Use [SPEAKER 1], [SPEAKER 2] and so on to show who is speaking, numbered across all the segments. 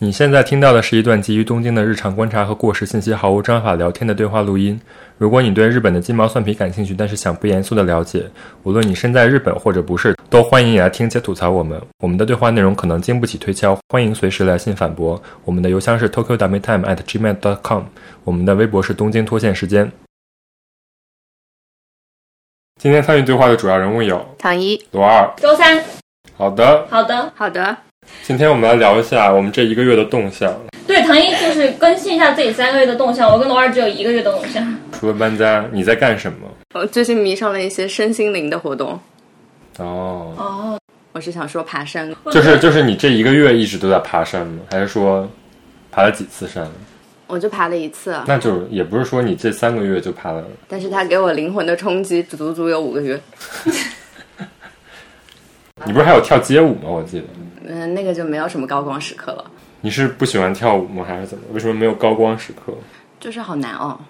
[SPEAKER 1] 你现在听到的是一段基于东京的日常观察和过时信息毫无章法聊天的对话录音。如果你对日本的鸡毛蒜皮感兴趣，但是想不严肃的了解，无论你身在日本或者不是，都欢迎你来听且吐槽我们。我们的对话内容可能经不起推敲，欢迎随时来信反驳。我们的邮箱是 tokyo dummy time at gmail dot com，我们的微博是东京脱线时间。今天参与对话的主要人物有
[SPEAKER 2] 唐一，
[SPEAKER 1] 罗二。
[SPEAKER 3] 周三，
[SPEAKER 1] 好的，
[SPEAKER 3] 好的，
[SPEAKER 2] 好的，
[SPEAKER 1] 今天我们来聊一下我们这一个月的动向，
[SPEAKER 3] 对，唐一就是更新一下自己三个月的动向，我跟罗二只有一个月的动向。
[SPEAKER 1] 除了搬家，你在干什么？
[SPEAKER 2] 我最近迷上了一些身心灵的活动。
[SPEAKER 1] 哦，
[SPEAKER 3] 哦，
[SPEAKER 2] 我是想说爬山，
[SPEAKER 1] 就是就是你这一个月一直都在爬山吗？还是说爬了几次山？
[SPEAKER 2] 我就爬了一次，
[SPEAKER 1] 那就也不是说你这三个月就爬了。
[SPEAKER 2] 但是它给我灵魂的冲击足足有五个月。
[SPEAKER 1] 你不是还有跳街舞吗？我记得
[SPEAKER 2] 嗯、那个就没有什么高光时刻了，
[SPEAKER 1] 你是不喜欢跳舞吗？还是怎么？为什么没有高光时刻？
[SPEAKER 2] 就是好难 哦，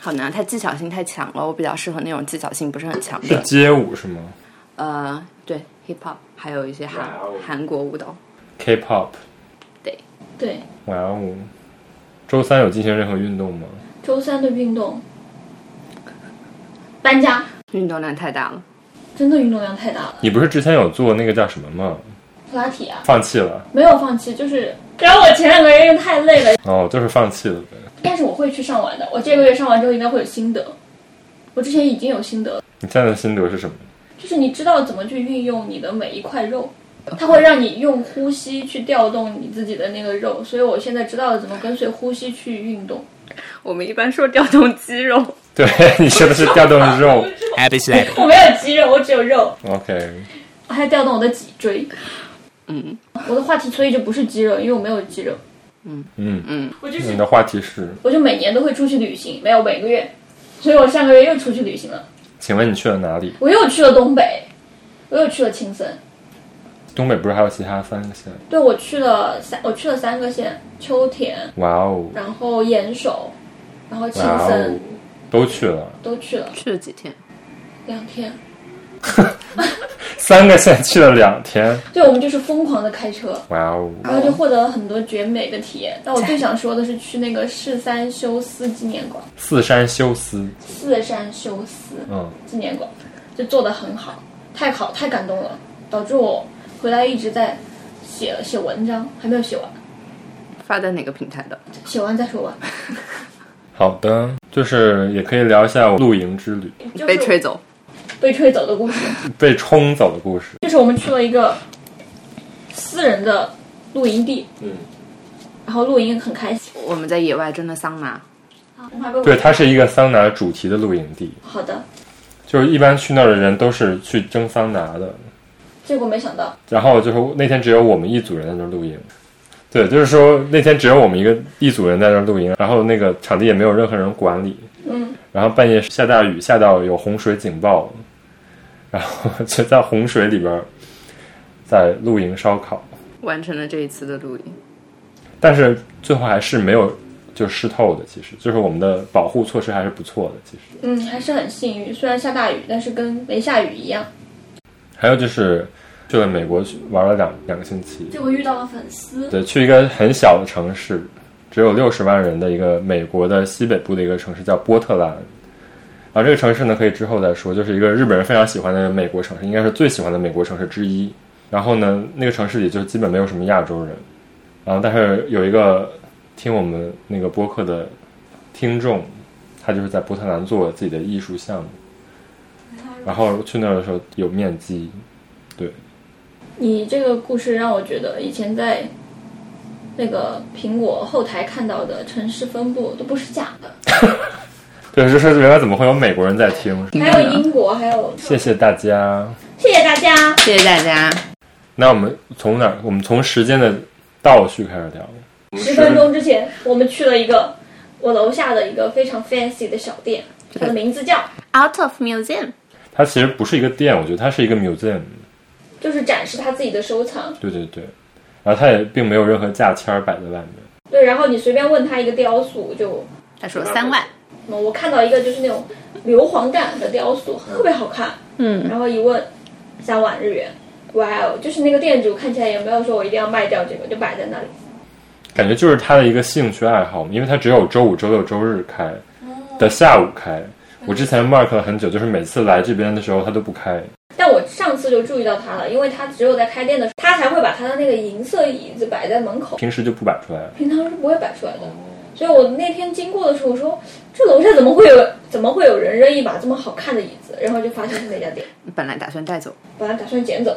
[SPEAKER 2] 好难，它技巧性太强了，我比较适合那种技巧性不是很强
[SPEAKER 1] 是
[SPEAKER 2] 的。
[SPEAKER 1] 街舞是吗
[SPEAKER 2] 呃，对，hip hop，还有一些韩
[SPEAKER 1] 哇哦
[SPEAKER 2] 韩国舞蹈。
[SPEAKER 1] ？K-pop，
[SPEAKER 3] 对，
[SPEAKER 1] 哇哦！周三有进行任何运动吗？
[SPEAKER 3] 周三的运动，搬家，
[SPEAKER 2] 运动量太大了，
[SPEAKER 3] 真的运动量太大了，
[SPEAKER 1] 你不是之前有做那个叫什么吗？
[SPEAKER 3] 普拉提啊，
[SPEAKER 1] 放弃了
[SPEAKER 3] 没有放弃，就是。然后我前两个月因为太累了，
[SPEAKER 1] 哦，就是放弃了呗。
[SPEAKER 3] 但是我会去上完的。我这个月上完之后应该会有心得，我之前已经有心得了，
[SPEAKER 1] 你现在的心得是什么？
[SPEAKER 3] 就是你知道怎么去运用你的每一块肉，它会让你用呼吸去调动你自己的那个肉，所以我现在知道了怎么跟随呼吸去运动。
[SPEAKER 2] 我们一般说调动肌肉，
[SPEAKER 1] 对你说的是调动肉
[SPEAKER 4] Happy
[SPEAKER 1] 哎
[SPEAKER 4] slap.
[SPEAKER 3] 我没有肌肉，我只有肉，
[SPEAKER 1] ，OK，
[SPEAKER 3] 我还调动我的脊椎。
[SPEAKER 2] 嗯，
[SPEAKER 3] 我的话题所以就不是肌肉，因为我没有肌肉。
[SPEAKER 1] 嗯，
[SPEAKER 3] 我就
[SPEAKER 1] 你
[SPEAKER 3] 是
[SPEAKER 1] 的话题是，
[SPEAKER 3] 我就每年都会出去旅行，没有每个月，所以我上个月又出去旅行了。
[SPEAKER 1] 请问你去了哪里？
[SPEAKER 3] 我又去了东北，我又去了青森，
[SPEAKER 1] 东北不是还有其他三个县？
[SPEAKER 3] 对我去了三，我去了三个县：秋田，
[SPEAKER 1] 哇哦，
[SPEAKER 3] 然后岩手，然后青
[SPEAKER 1] 哇
[SPEAKER 3] 森
[SPEAKER 1] 哦，都去了，
[SPEAKER 3] 都去了
[SPEAKER 2] 去了几天，
[SPEAKER 3] 两天。
[SPEAKER 1] 三个县去了两天，
[SPEAKER 3] 对，我们就是疯狂的开车，
[SPEAKER 1] 哇哦，
[SPEAKER 3] 然后就获得了很多绝美的体验。但我最想说的是去那个市三修斯纪念馆，
[SPEAKER 1] 四山修斯，
[SPEAKER 3] 四山修斯。
[SPEAKER 1] 嗯，
[SPEAKER 3] 纪念馆，就做的很好，太好太感动了，导致我回来一直在写写文章，还没有写完，
[SPEAKER 2] 发在哪个平台的？
[SPEAKER 3] 写完再 说吧。
[SPEAKER 1] 好的，就是也可以聊一下我露营之旅
[SPEAKER 3] 就是
[SPEAKER 2] 被吹走，
[SPEAKER 3] 被吹走的故事，
[SPEAKER 1] 被冲走的故事。
[SPEAKER 3] 就是我们去了一个私人的露营地，
[SPEAKER 1] 嗯，
[SPEAKER 3] 然后露营很开心。
[SPEAKER 2] 我们在野外真的桑拿，
[SPEAKER 3] 嗯
[SPEAKER 1] 对，它是一个桑拿主题的露营地，
[SPEAKER 3] 好的，
[SPEAKER 1] 就是一般去那儿的人都是去蒸桑拿的，
[SPEAKER 3] 结果没想到，
[SPEAKER 1] 然后就是那天只有我们一组人在那儿露营，对，就是说那天只有我们一个一组人在那儿露营，然后那个场地也没有任何人管理，
[SPEAKER 3] 嗯，
[SPEAKER 1] 然后半夜下大雨，下到有洪水警报，然后就在洪水里边儿在露营烧烤，
[SPEAKER 2] 完成了这一次的露营。
[SPEAKER 1] 但是最后还是没有就湿透的，其实就是我们的保护措施还是不错的，其实
[SPEAKER 3] 嗯，还是很幸运，虽然下大雨，但是跟没下雨一样。
[SPEAKER 1] 还有就是去了美国去玩了两两个星期，
[SPEAKER 3] 结果遇到了粉丝，
[SPEAKER 1] 对，去一个很小的城市，只有六十万人的一个美国的西北部的一个城市叫波特兰。啊然后这个城市呢，可以之后再说，就是一个日本人非常喜欢的美国城市，应该是最喜欢的美国城市之一。然后呢，那个城市里就基本没有什么亚洲人。然后，但是有一个听我们那个播客的听众，他就是在波特兰做自己的艺术项目。然后去那儿的时候有面基，
[SPEAKER 3] 你这个故事让我觉得以前在那个苹果后台看到的城市分布都不是假的，
[SPEAKER 1] 对，就是原来怎么会有美国人在听？
[SPEAKER 2] 嗯
[SPEAKER 3] 还有英国，还有
[SPEAKER 1] 谢谢大家。
[SPEAKER 3] 谢谢大家。
[SPEAKER 2] 谢谢大家。
[SPEAKER 1] 那我们从哪儿？我们从时间的倒序开始聊。
[SPEAKER 3] 十分钟之前，我们去了一个我楼下的一个非常 fancy 的小店，它的名字叫
[SPEAKER 2] Out of museum，
[SPEAKER 1] 它其实不是一个店，我觉得它是一个 museum。
[SPEAKER 3] 就是展示他自己的收藏。
[SPEAKER 1] 对对对，然后它也并没有任何价签儿摆在外面。
[SPEAKER 3] 对，然后你随便问他一个雕塑，就
[SPEAKER 2] 他说三万，
[SPEAKER 3] 我看到一个就是那种硫磺蛋的雕塑，特别好看。嗯，然后一问三万日元，哇哦，就是那个店主看起来也没有说我一定要卖掉这个，就摆在那里。
[SPEAKER 1] 感觉就是他的一个兴趣爱好，因为他只有周五、周六、周日开的下午开。我之前 mark 了很久，就是每次来这边的时候他都不开。
[SPEAKER 3] 但我上次就注意到他了，因为他只有在开店的时候，他才会把他的那个银色椅子摆在门口，
[SPEAKER 1] 平时就不摆出来了。
[SPEAKER 3] 平常是不会摆出来的。所以我那天经过的时候，我说这楼下怎么会有怎么会有人扔一把这么好看的椅子？然后就发现是那家店，
[SPEAKER 2] 本来打算带走，
[SPEAKER 3] 本来打算捡走，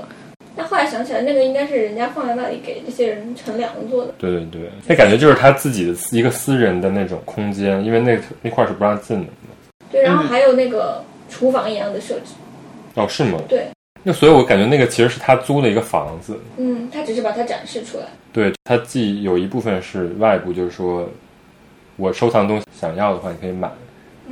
[SPEAKER 3] 但后来想起来那个应该是人家放在那里给这些人乘凉做的。
[SPEAKER 1] 对对对，那感觉就是他自己的一个私人的那种空间，因为那那块儿是不让进的。
[SPEAKER 3] 对，然后
[SPEAKER 1] 嗯
[SPEAKER 3] 还有那个厨房一样的设置。
[SPEAKER 1] 哦，是吗？
[SPEAKER 3] 对，
[SPEAKER 1] 那所以我感觉那个其实是他租的一个房子，
[SPEAKER 3] 嗯，他只是把它展示出来。
[SPEAKER 1] 对，它既有一部分是外部，就是说我收藏东西想要的话，你可以买，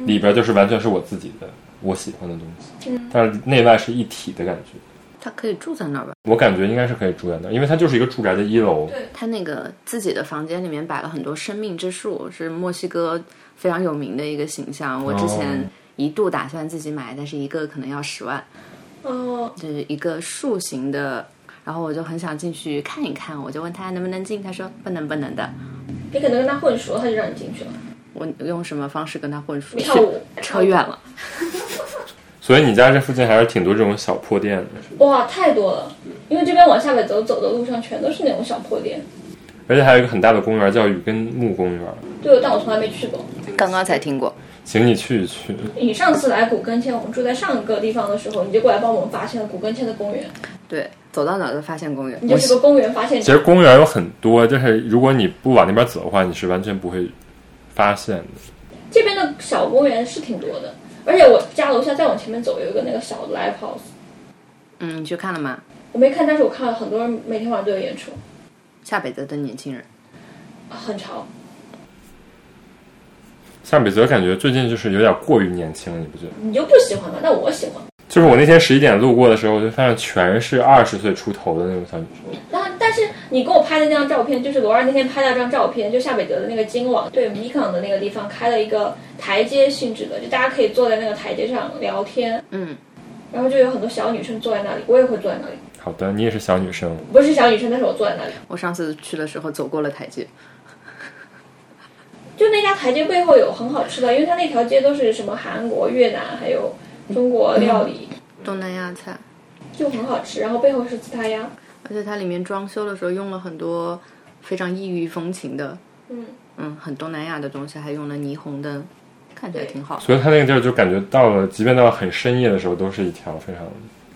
[SPEAKER 1] 里边就是完全是我自己的我喜欢的东西，
[SPEAKER 3] 嗯
[SPEAKER 1] 但是内外是一体的感觉。
[SPEAKER 2] 他可以住在那儿吧？
[SPEAKER 1] 我感觉应该是可以住在那儿，因为它就是一个住宅的一楼。
[SPEAKER 3] 对
[SPEAKER 2] 他那个自己的房间里面摆了很多生命之树，是墨西哥非常有名的一个形象。我之
[SPEAKER 1] 哦
[SPEAKER 2] 前一度打算自己买，但是一个可能要十万，
[SPEAKER 3] 哦，
[SPEAKER 2] 就是一个树形的。然后我就很想进去看一看，我就问他能不能进，他说不能不能的。
[SPEAKER 3] 你可能跟他混熟，他就让你进去了。
[SPEAKER 2] 我用什么方式跟他混熟？
[SPEAKER 3] 跳舞
[SPEAKER 2] 扯远了。
[SPEAKER 1] 所以你家这附近还是挺多这种小破店的，
[SPEAKER 3] 哇，太多了！因为这边往下北走，走的路上全都是那种小破店。
[SPEAKER 1] 而且还有一个很大的公园叫雨根木公园，
[SPEAKER 3] 对，但我从来没去过。
[SPEAKER 2] 刚刚才听过，
[SPEAKER 1] 请你去一去。
[SPEAKER 3] 你上次来古根签，我们住在上一个地方的时候，你就过来帮我们发现了古根签的公园。
[SPEAKER 2] 对，走到哪儿都发现公园。
[SPEAKER 3] 你就是个公园发现
[SPEAKER 1] 其
[SPEAKER 3] 者。
[SPEAKER 1] 实公园有很多，就是如果你不往那边走的话，你是完全不会发现的。
[SPEAKER 3] 这边的小公园是挺多的，而且我家楼下再往前面走有一个那个小的 live house，
[SPEAKER 2] 嗯，你去看了吗？
[SPEAKER 3] 我没看，但是我看了很多人每天晚上都有演出，
[SPEAKER 2] 下北泽的年轻人，
[SPEAKER 3] 啊很潮。
[SPEAKER 1] 像北泽感觉最近就是有点过于年轻了，你不觉得？
[SPEAKER 3] 你就不喜欢吗？那我喜欢。
[SPEAKER 1] 就是我那天十一点路过的时候，我就发现全是二十岁出头的那种小女生。
[SPEAKER 3] 那但是你给我拍的那张照片，就是罗二那天拍到张照片，就夏北泽的那个金网对米港的那个地方开了一个台阶性质的，就大家可以坐在那个台阶上聊天，
[SPEAKER 2] 嗯，
[SPEAKER 3] 然后就有很多小女生坐在那里，我也会坐在那里，
[SPEAKER 1] 好的，你也是小女生，
[SPEAKER 3] 不是小女生，但是我坐在那里。
[SPEAKER 2] 我上次去的时候走过了台阶，
[SPEAKER 3] 就那家台阶背后有很好吃的，因为它那条街都是什么韩国、越南还有中国料理，
[SPEAKER 2] 东南亚菜，
[SPEAKER 3] 就很好吃。然后背后是自他鸭，
[SPEAKER 2] 而且它里面装修的时候用了很多非常异域风情的，
[SPEAKER 3] 嗯
[SPEAKER 2] 嗯，很东南亚的东西，还用了霓虹灯，看起来挺好。
[SPEAKER 1] 所以她那个地儿就感觉到了，即便到了很深夜的时候，都是一条非常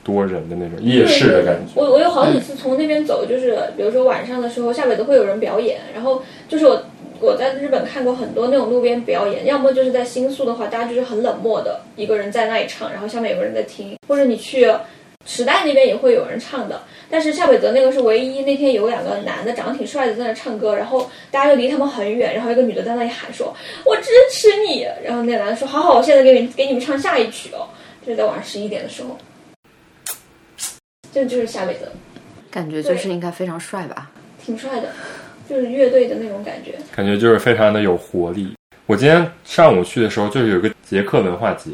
[SPEAKER 1] 多人的那种夜市的感觉。嗯
[SPEAKER 3] 我我有好几次从那边走，就是比如说晚上的时候，下北都会有人表演，然后就是我我在日本看过很多那种路边表演，要么就是在新宿的话，大家就是很冷漠的一个人在那里唱，然后下面有个人在听，或者你去。池袋那边也会有人唱的，但是夏北泽那个是唯一。那天有两个男的长得挺帅的在那唱歌，然后大家就离他们很远，然后一个女的在那里喊说：“我支持你。”然后那个男的说：“好好，我现在给你们给你们唱下一曲哦。”就是在晚上十一点的时候，这就是夏北泽。
[SPEAKER 2] 感觉就是应该非常帅吧？
[SPEAKER 3] 挺帅的，就是乐队的那种感觉。
[SPEAKER 1] 感觉就是非常的有活力。我今天上午去的时候，就是有一个捷克文化节，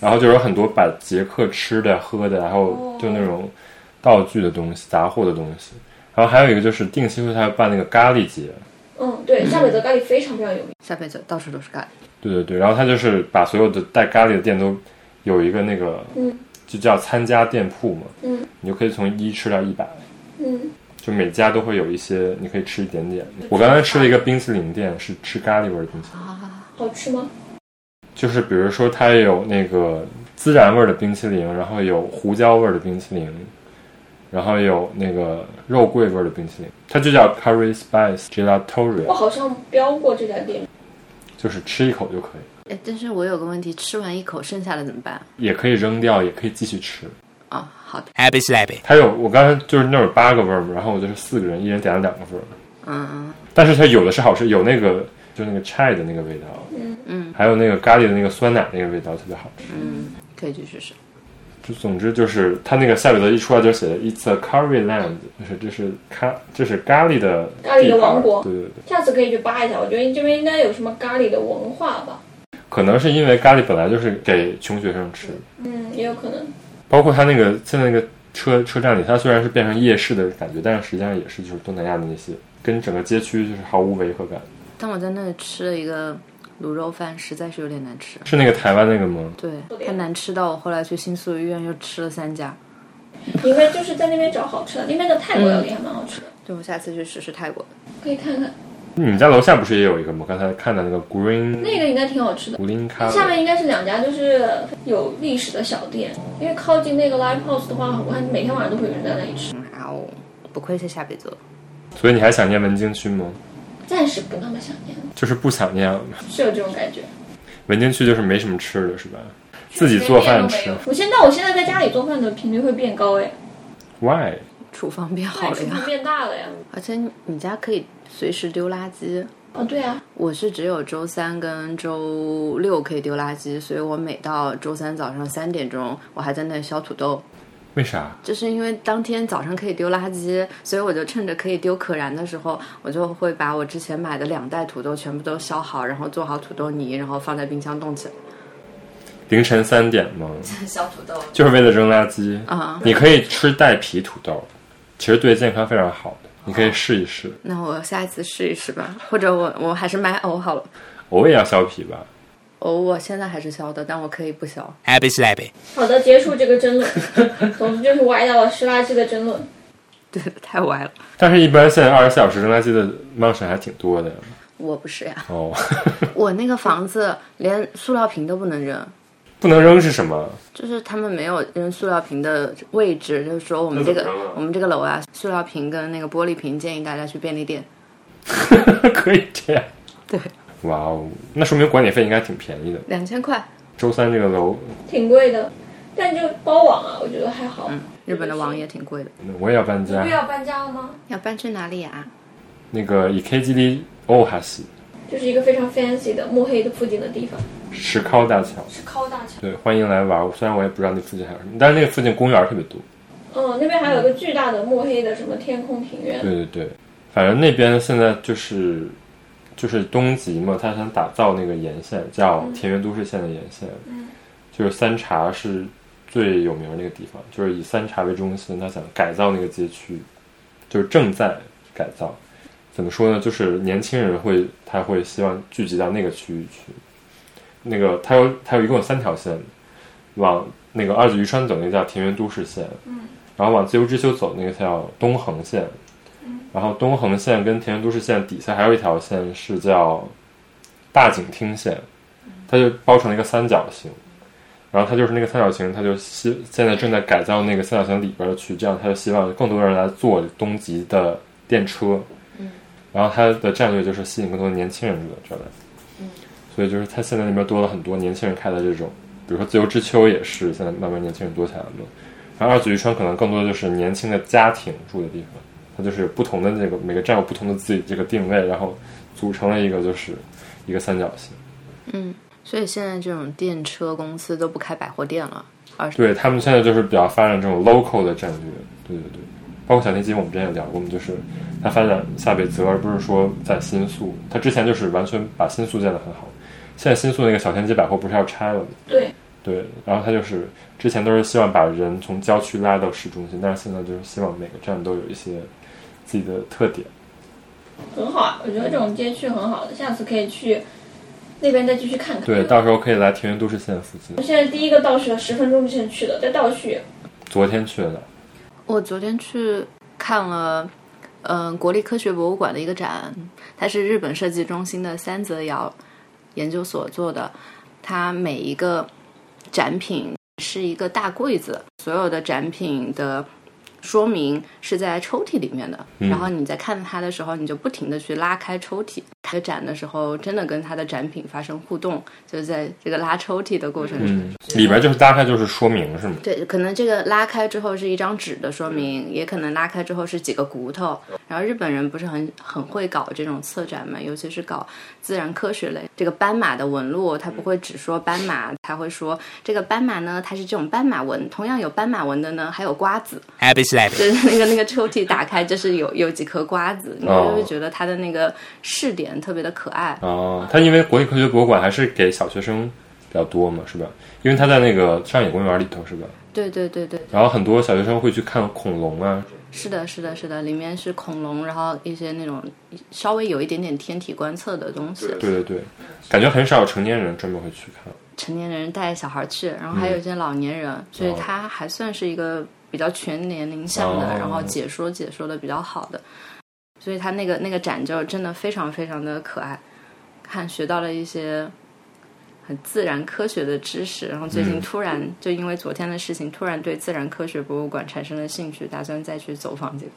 [SPEAKER 1] 然后就有很多摆捷克吃的、喝的，然后就那种道具的东西、杂货的东西。然后还有一个就是定期会他办那个咖喱节，
[SPEAKER 3] 嗯，对，夏北泽咖喱非常非常有名。
[SPEAKER 2] 下辈子到处都是咖喱，
[SPEAKER 1] 对对对，然后他就是把所有的带咖喱的店都有一个那个，
[SPEAKER 3] 嗯
[SPEAKER 1] 就叫参加店铺嘛，
[SPEAKER 3] 嗯
[SPEAKER 1] 你就可以从一吃到一百，
[SPEAKER 3] 嗯，
[SPEAKER 1] 就每家都会有一些，你可以吃一点点。我刚才吃了一个冰淇淋店，是吃咖喱味儿的冰淇淋，
[SPEAKER 3] 好吃吗？
[SPEAKER 1] 就是比如说它有那个孜然味儿的冰淇淋，然后有胡椒味儿的冰淇淋，然后有那个肉桂味儿的冰淇淋，它就叫 Curry Spice
[SPEAKER 3] 我
[SPEAKER 1] Gelatoria，
[SPEAKER 3] 好像标过这家店，
[SPEAKER 1] 就是吃一口就可以，
[SPEAKER 2] 哎，但是我有个问题，吃完一口剩下的怎么办？
[SPEAKER 1] 也可以扔掉，也可以继续吃。
[SPEAKER 2] 哦，好的，
[SPEAKER 4] Happy slappy.
[SPEAKER 1] 它有我刚才就是那儿有八个味儿嘛，然后我就是四个人，一人点了两个味儿，
[SPEAKER 2] 嗯，
[SPEAKER 1] 但是它有的是好吃，有那个就那个 chai 的那个味道，
[SPEAKER 3] 嗯
[SPEAKER 1] 嗯，还有那个咖喱的那个酸奶那个味道特别好吃。
[SPEAKER 2] 可以去试试。
[SPEAKER 1] 就总之就是它那个下边的一出来就写的 It's a curry land，就是这是咖这是咖喱的
[SPEAKER 3] 咖喱
[SPEAKER 1] 地
[SPEAKER 3] 的
[SPEAKER 1] 盘
[SPEAKER 3] 王国
[SPEAKER 1] 对对对，
[SPEAKER 3] 下次可以去扒一下。我觉得这边应该有什么咖喱的文化吧？
[SPEAKER 1] 可能是因为咖喱本来就是给穷学生吃，
[SPEAKER 3] 嗯，也有可能。
[SPEAKER 1] 包括它那个现在那个车车站里，它虽然是变成夜市的感觉，但是实际上也是就是东南亚的那些，跟整个街区就是毫无违和感。
[SPEAKER 2] 但我在那里吃了一个卤肉饭，实在是有点难吃。
[SPEAKER 1] 是那个台湾那个吗？
[SPEAKER 2] 对，它难吃到我后来去新宿医院又吃了三家。
[SPEAKER 3] 应该就是在那边找好吃的，那边的泰国料理还蛮好吃的，
[SPEAKER 2] 对，我下次去试试泰国的。
[SPEAKER 3] 可以看看。
[SPEAKER 1] 你们家楼下不是也有一个吗？刚才看的那个 Green
[SPEAKER 3] 那个应该挺好吃的。
[SPEAKER 1] Green 咖
[SPEAKER 3] 下面应该是两家就是有历史的小店，因为靠近那个 Live House 的话，我看每天晚上都会有人在那里吃。
[SPEAKER 2] 哇哦，不愧是下北泽。
[SPEAKER 1] 所以你还想念文京区吗？
[SPEAKER 3] 暂时不那么想念，
[SPEAKER 1] 就是不想念
[SPEAKER 3] 是有这种感觉。
[SPEAKER 1] 文京区，就是没什么吃的是吧？自己做饭吃
[SPEAKER 3] 我现在我现在在家里做饭的频率会变高哎，
[SPEAKER 1] ，Why？
[SPEAKER 2] 厨房变
[SPEAKER 3] 对
[SPEAKER 2] 好了
[SPEAKER 3] 厨
[SPEAKER 2] 呀
[SPEAKER 3] 房，变大了呀。
[SPEAKER 2] 而且你家可以随时丢垃圾。
[SPEAKER 3] 哦，对啊，
[SPEAKER 2] 我是只有周三跟周六可以丢垃圾，所以我每到周三早上三点钟，我还在那里削土豆。
[SPEAKER 1] 为啥？
[SPEAKER 2] 就是因为当天早上可以丢垃圾，所以我就趁着可以丢可燃的时候，我就会把我之前买的两袋土豆全部都削好，然后做好土豆泥，然后放在冰箱冻起来。
[SPEAKER 1] 凌晨三点吗？
[SPEAKER 2] 削土豆
[SPEAKER 1] 就是为了扔垃圾
[SPEAKER 2] 啊、
[SPEAKER 1] 你可以吃带皮土豆，其实对健康非常好的，你可以试一试。
[SPEAKER 2] 那我下一次试一试吧，或者我我还是买藕好了。
[SPEAKER 1] 藕也要削皮吧？
[SPEAKER 2] 藕哦我现在还是削的，但我可以不削。
[SPEAKER 4] Happy slappy.
[SPEAKER 3] 好的，结束这个争 论。总之就是歪到了吃垃圾的争论。
[SPEAKER 2] 对，太歪了。
[SPEAKER 1] 但是，一般现在二十四小时扔垃圾的 mountain 还挺多的
[SPEAKER 2] 我不是呀，
[SPEAKER 1] 哦。
[SPEAKER 2] 我那个房子连塑料瓶都不能扔，
[SPEAKER 1] 不能扔是什么？
[SPEAKER 2] 就是他们没有扔塑料瓶的位置，就是说我们这
[SPEAKER 1] 那
[SPEAKER 2] 个
[SPEAKER 1] 怎么扔啊
[SPEAKER 2] 我们这个楼啊，塑料瓶跟那个玻璃瓶建议大家去便利店。
[SPEAKER 1] 可以这样？
[SPEAKER 2] 对，
[SPEAKER 1] 哇哦，那说明管理费应该挺便宜的。
[SPEAKER 2] 两千块，
[SPEAKER 1] 周三这个楼，
[SPEAKER 3] 挺贵的，但就包网啊，我觉得还好。
[SPEAKER 2] 日本的网也挺贵的。
[SPEAKER 1] 我也要搬
[SPEAKER 3] 不
[SPEAKER 1] 家。
[SPEAKER 3] 要搬家了吗？
[SPEAKER 2] 要搬去哪里啊？
[SPEAKER 1] 那个以 K G D O 还是
[SPEAKER 3] 就是一个非常 fancy 的墨黑的附近的地方，
[SPEAKER 1] 石靠大桥，
[SPEAKER 3] 是靠大桥。
[SPEAKER 1] 对，欢迎来玩。虽然我也不知道那附近还有什么，但是那个附近公园特别多。
[SPEAKER 3] 嗯，那边还有一个巨大的墨黑的什么天空庭院。
[SPEAKER 1] 对对对，反正那边现在就是就是东极嘛，他想打造那个沿线叫田园都市线的沿线，
[SPEAKER 3] 嗯
[SPEAKER 1] 就是三茶是最有名的那个地方，就是以三茶为中心，他想改造那个街区，就是正在改造。怎么说呢？就是年轻人会，他会希望聚集到那个区域去。那个，它有它有一共有三条线，往那个二子渔川走那个叫田园都市线，
[SPEAKER 3] 嗯，
[SPEAKER 1] 然后往自由之丘走那个叫东横线，然后东横线跟田园都市线底下还有一条线是叫大井町线，它就包成了一个三角形，然后它就是那个三角形，它就希现在正在改造那个三角形里边儿去，这样它就希望更多人来坐东极的电车，然后它的战略就是吸引更多的年轻人到这儿来，所以就是它现在那边多了很多年轻人开的这种，比如说自由之丘也是现在慢慢年轻人多起来了嘛，然后二子渔川可能更多的就是年轻的家庭住的地方。它就是有不同的这个每个站有不同的自己这个定位，然后组成了一个就是一个三角形。
[SPEAKER 2] 所以现在这种电车公司都不开百货店了，而是
[SPEAKER 1] 对他们现在就是比较发展这种 local 的战略，对对对。包括小提琴，我们之前也聊过嘛，就是它发展下北泽，而不是说在新宿。它之前就是完全把新宿建得很好，现在新宿那个小田急百货不是要拆了吗？
[SPEAKER 3] 对，
[SPEAKER 1] 对，然后它就是之前都是希望把人从郊区拉到市中心，但是现在就是希望每个站都有一些自己的特点。
[SPEAKER 3] 很好啊，我觉得这种街区很好的，下次可以去那边再继续看看。
[SPEAKER 1] 对，到时候可以来田园都市线附近
[SPEAKER 3] 我。现在第一个倒是十分钟之前去的，在倒叙。
[SPEAKER 1] 昨天去的，
[SPEAKER 2] 我昨天去看了，嗯、国立科学博物馆的一个展，它是日本设计中心的三泽遥研究所做的，它每一个展品是一个大柜子，所有的展品的。说明是在抽屉里面的，然后你在看它的时候，你就不停的去拉开抽屉。开展的时候，真的跟它的展品发生互动，就是在这个拉抽屉的过程中，
[SPEAKER 1] 嗯，里边就是大概就是说明是吗？
[SPEAKER 2] 对，可能这个拉开之后是一张纸的说明，也可能拉开之后是几个骨头。然后日本人不是很很会搞这种策展嘛，尤其是搞自然科学类。这个斑马的纹路，它不会只说斑马，它会说这个斑马呢，它是这种斑马纹，同样有斑马纹的呢，还有瓜子。
[SPEAKER 4] Happy slappy.
[SPEAKER 2] 就是那个那个抽屉打开，就是有有几颗瓜子，你就会觉得它的那个视点特别的可爱。
[SPEAKER 1] 哦，它因为国立科学博物馆还是给小学生比较多嘛，是吧？因为它在那个上野公园里头，是吧？
[SPEAKER 2] 对对对对，
[SPEAKER 1] 然后很多小学生会去看恐龙啊，
[SPEAKER 2] 是的，是的，是的，里面是恐龙，然后一些那种稍微有一点点天体观测的东西。
[SPEAKER 1] 对对对，感觉很少有成年人专门会去看。
[SPEAKER 2] 成年人带小孩去，然后
[SPEAKER 1] 嗯
[SPEAKER 2] 还有一些老年人，所以它还算是一个比较全年龄向的，
[SPEAKER 1] 哦
[SPEAKER 2] 然后解说解说的比较好的，所以它那个那个展就真的非常非常的可爱，看学到了一些很自然科学的知识，然后最近
[SPEAKER 1] 嗯
[SPEAKER 2] 突然、就因为昨天的事情，突然对自然科学博物馆产生了兴趣，打算再去走访这个。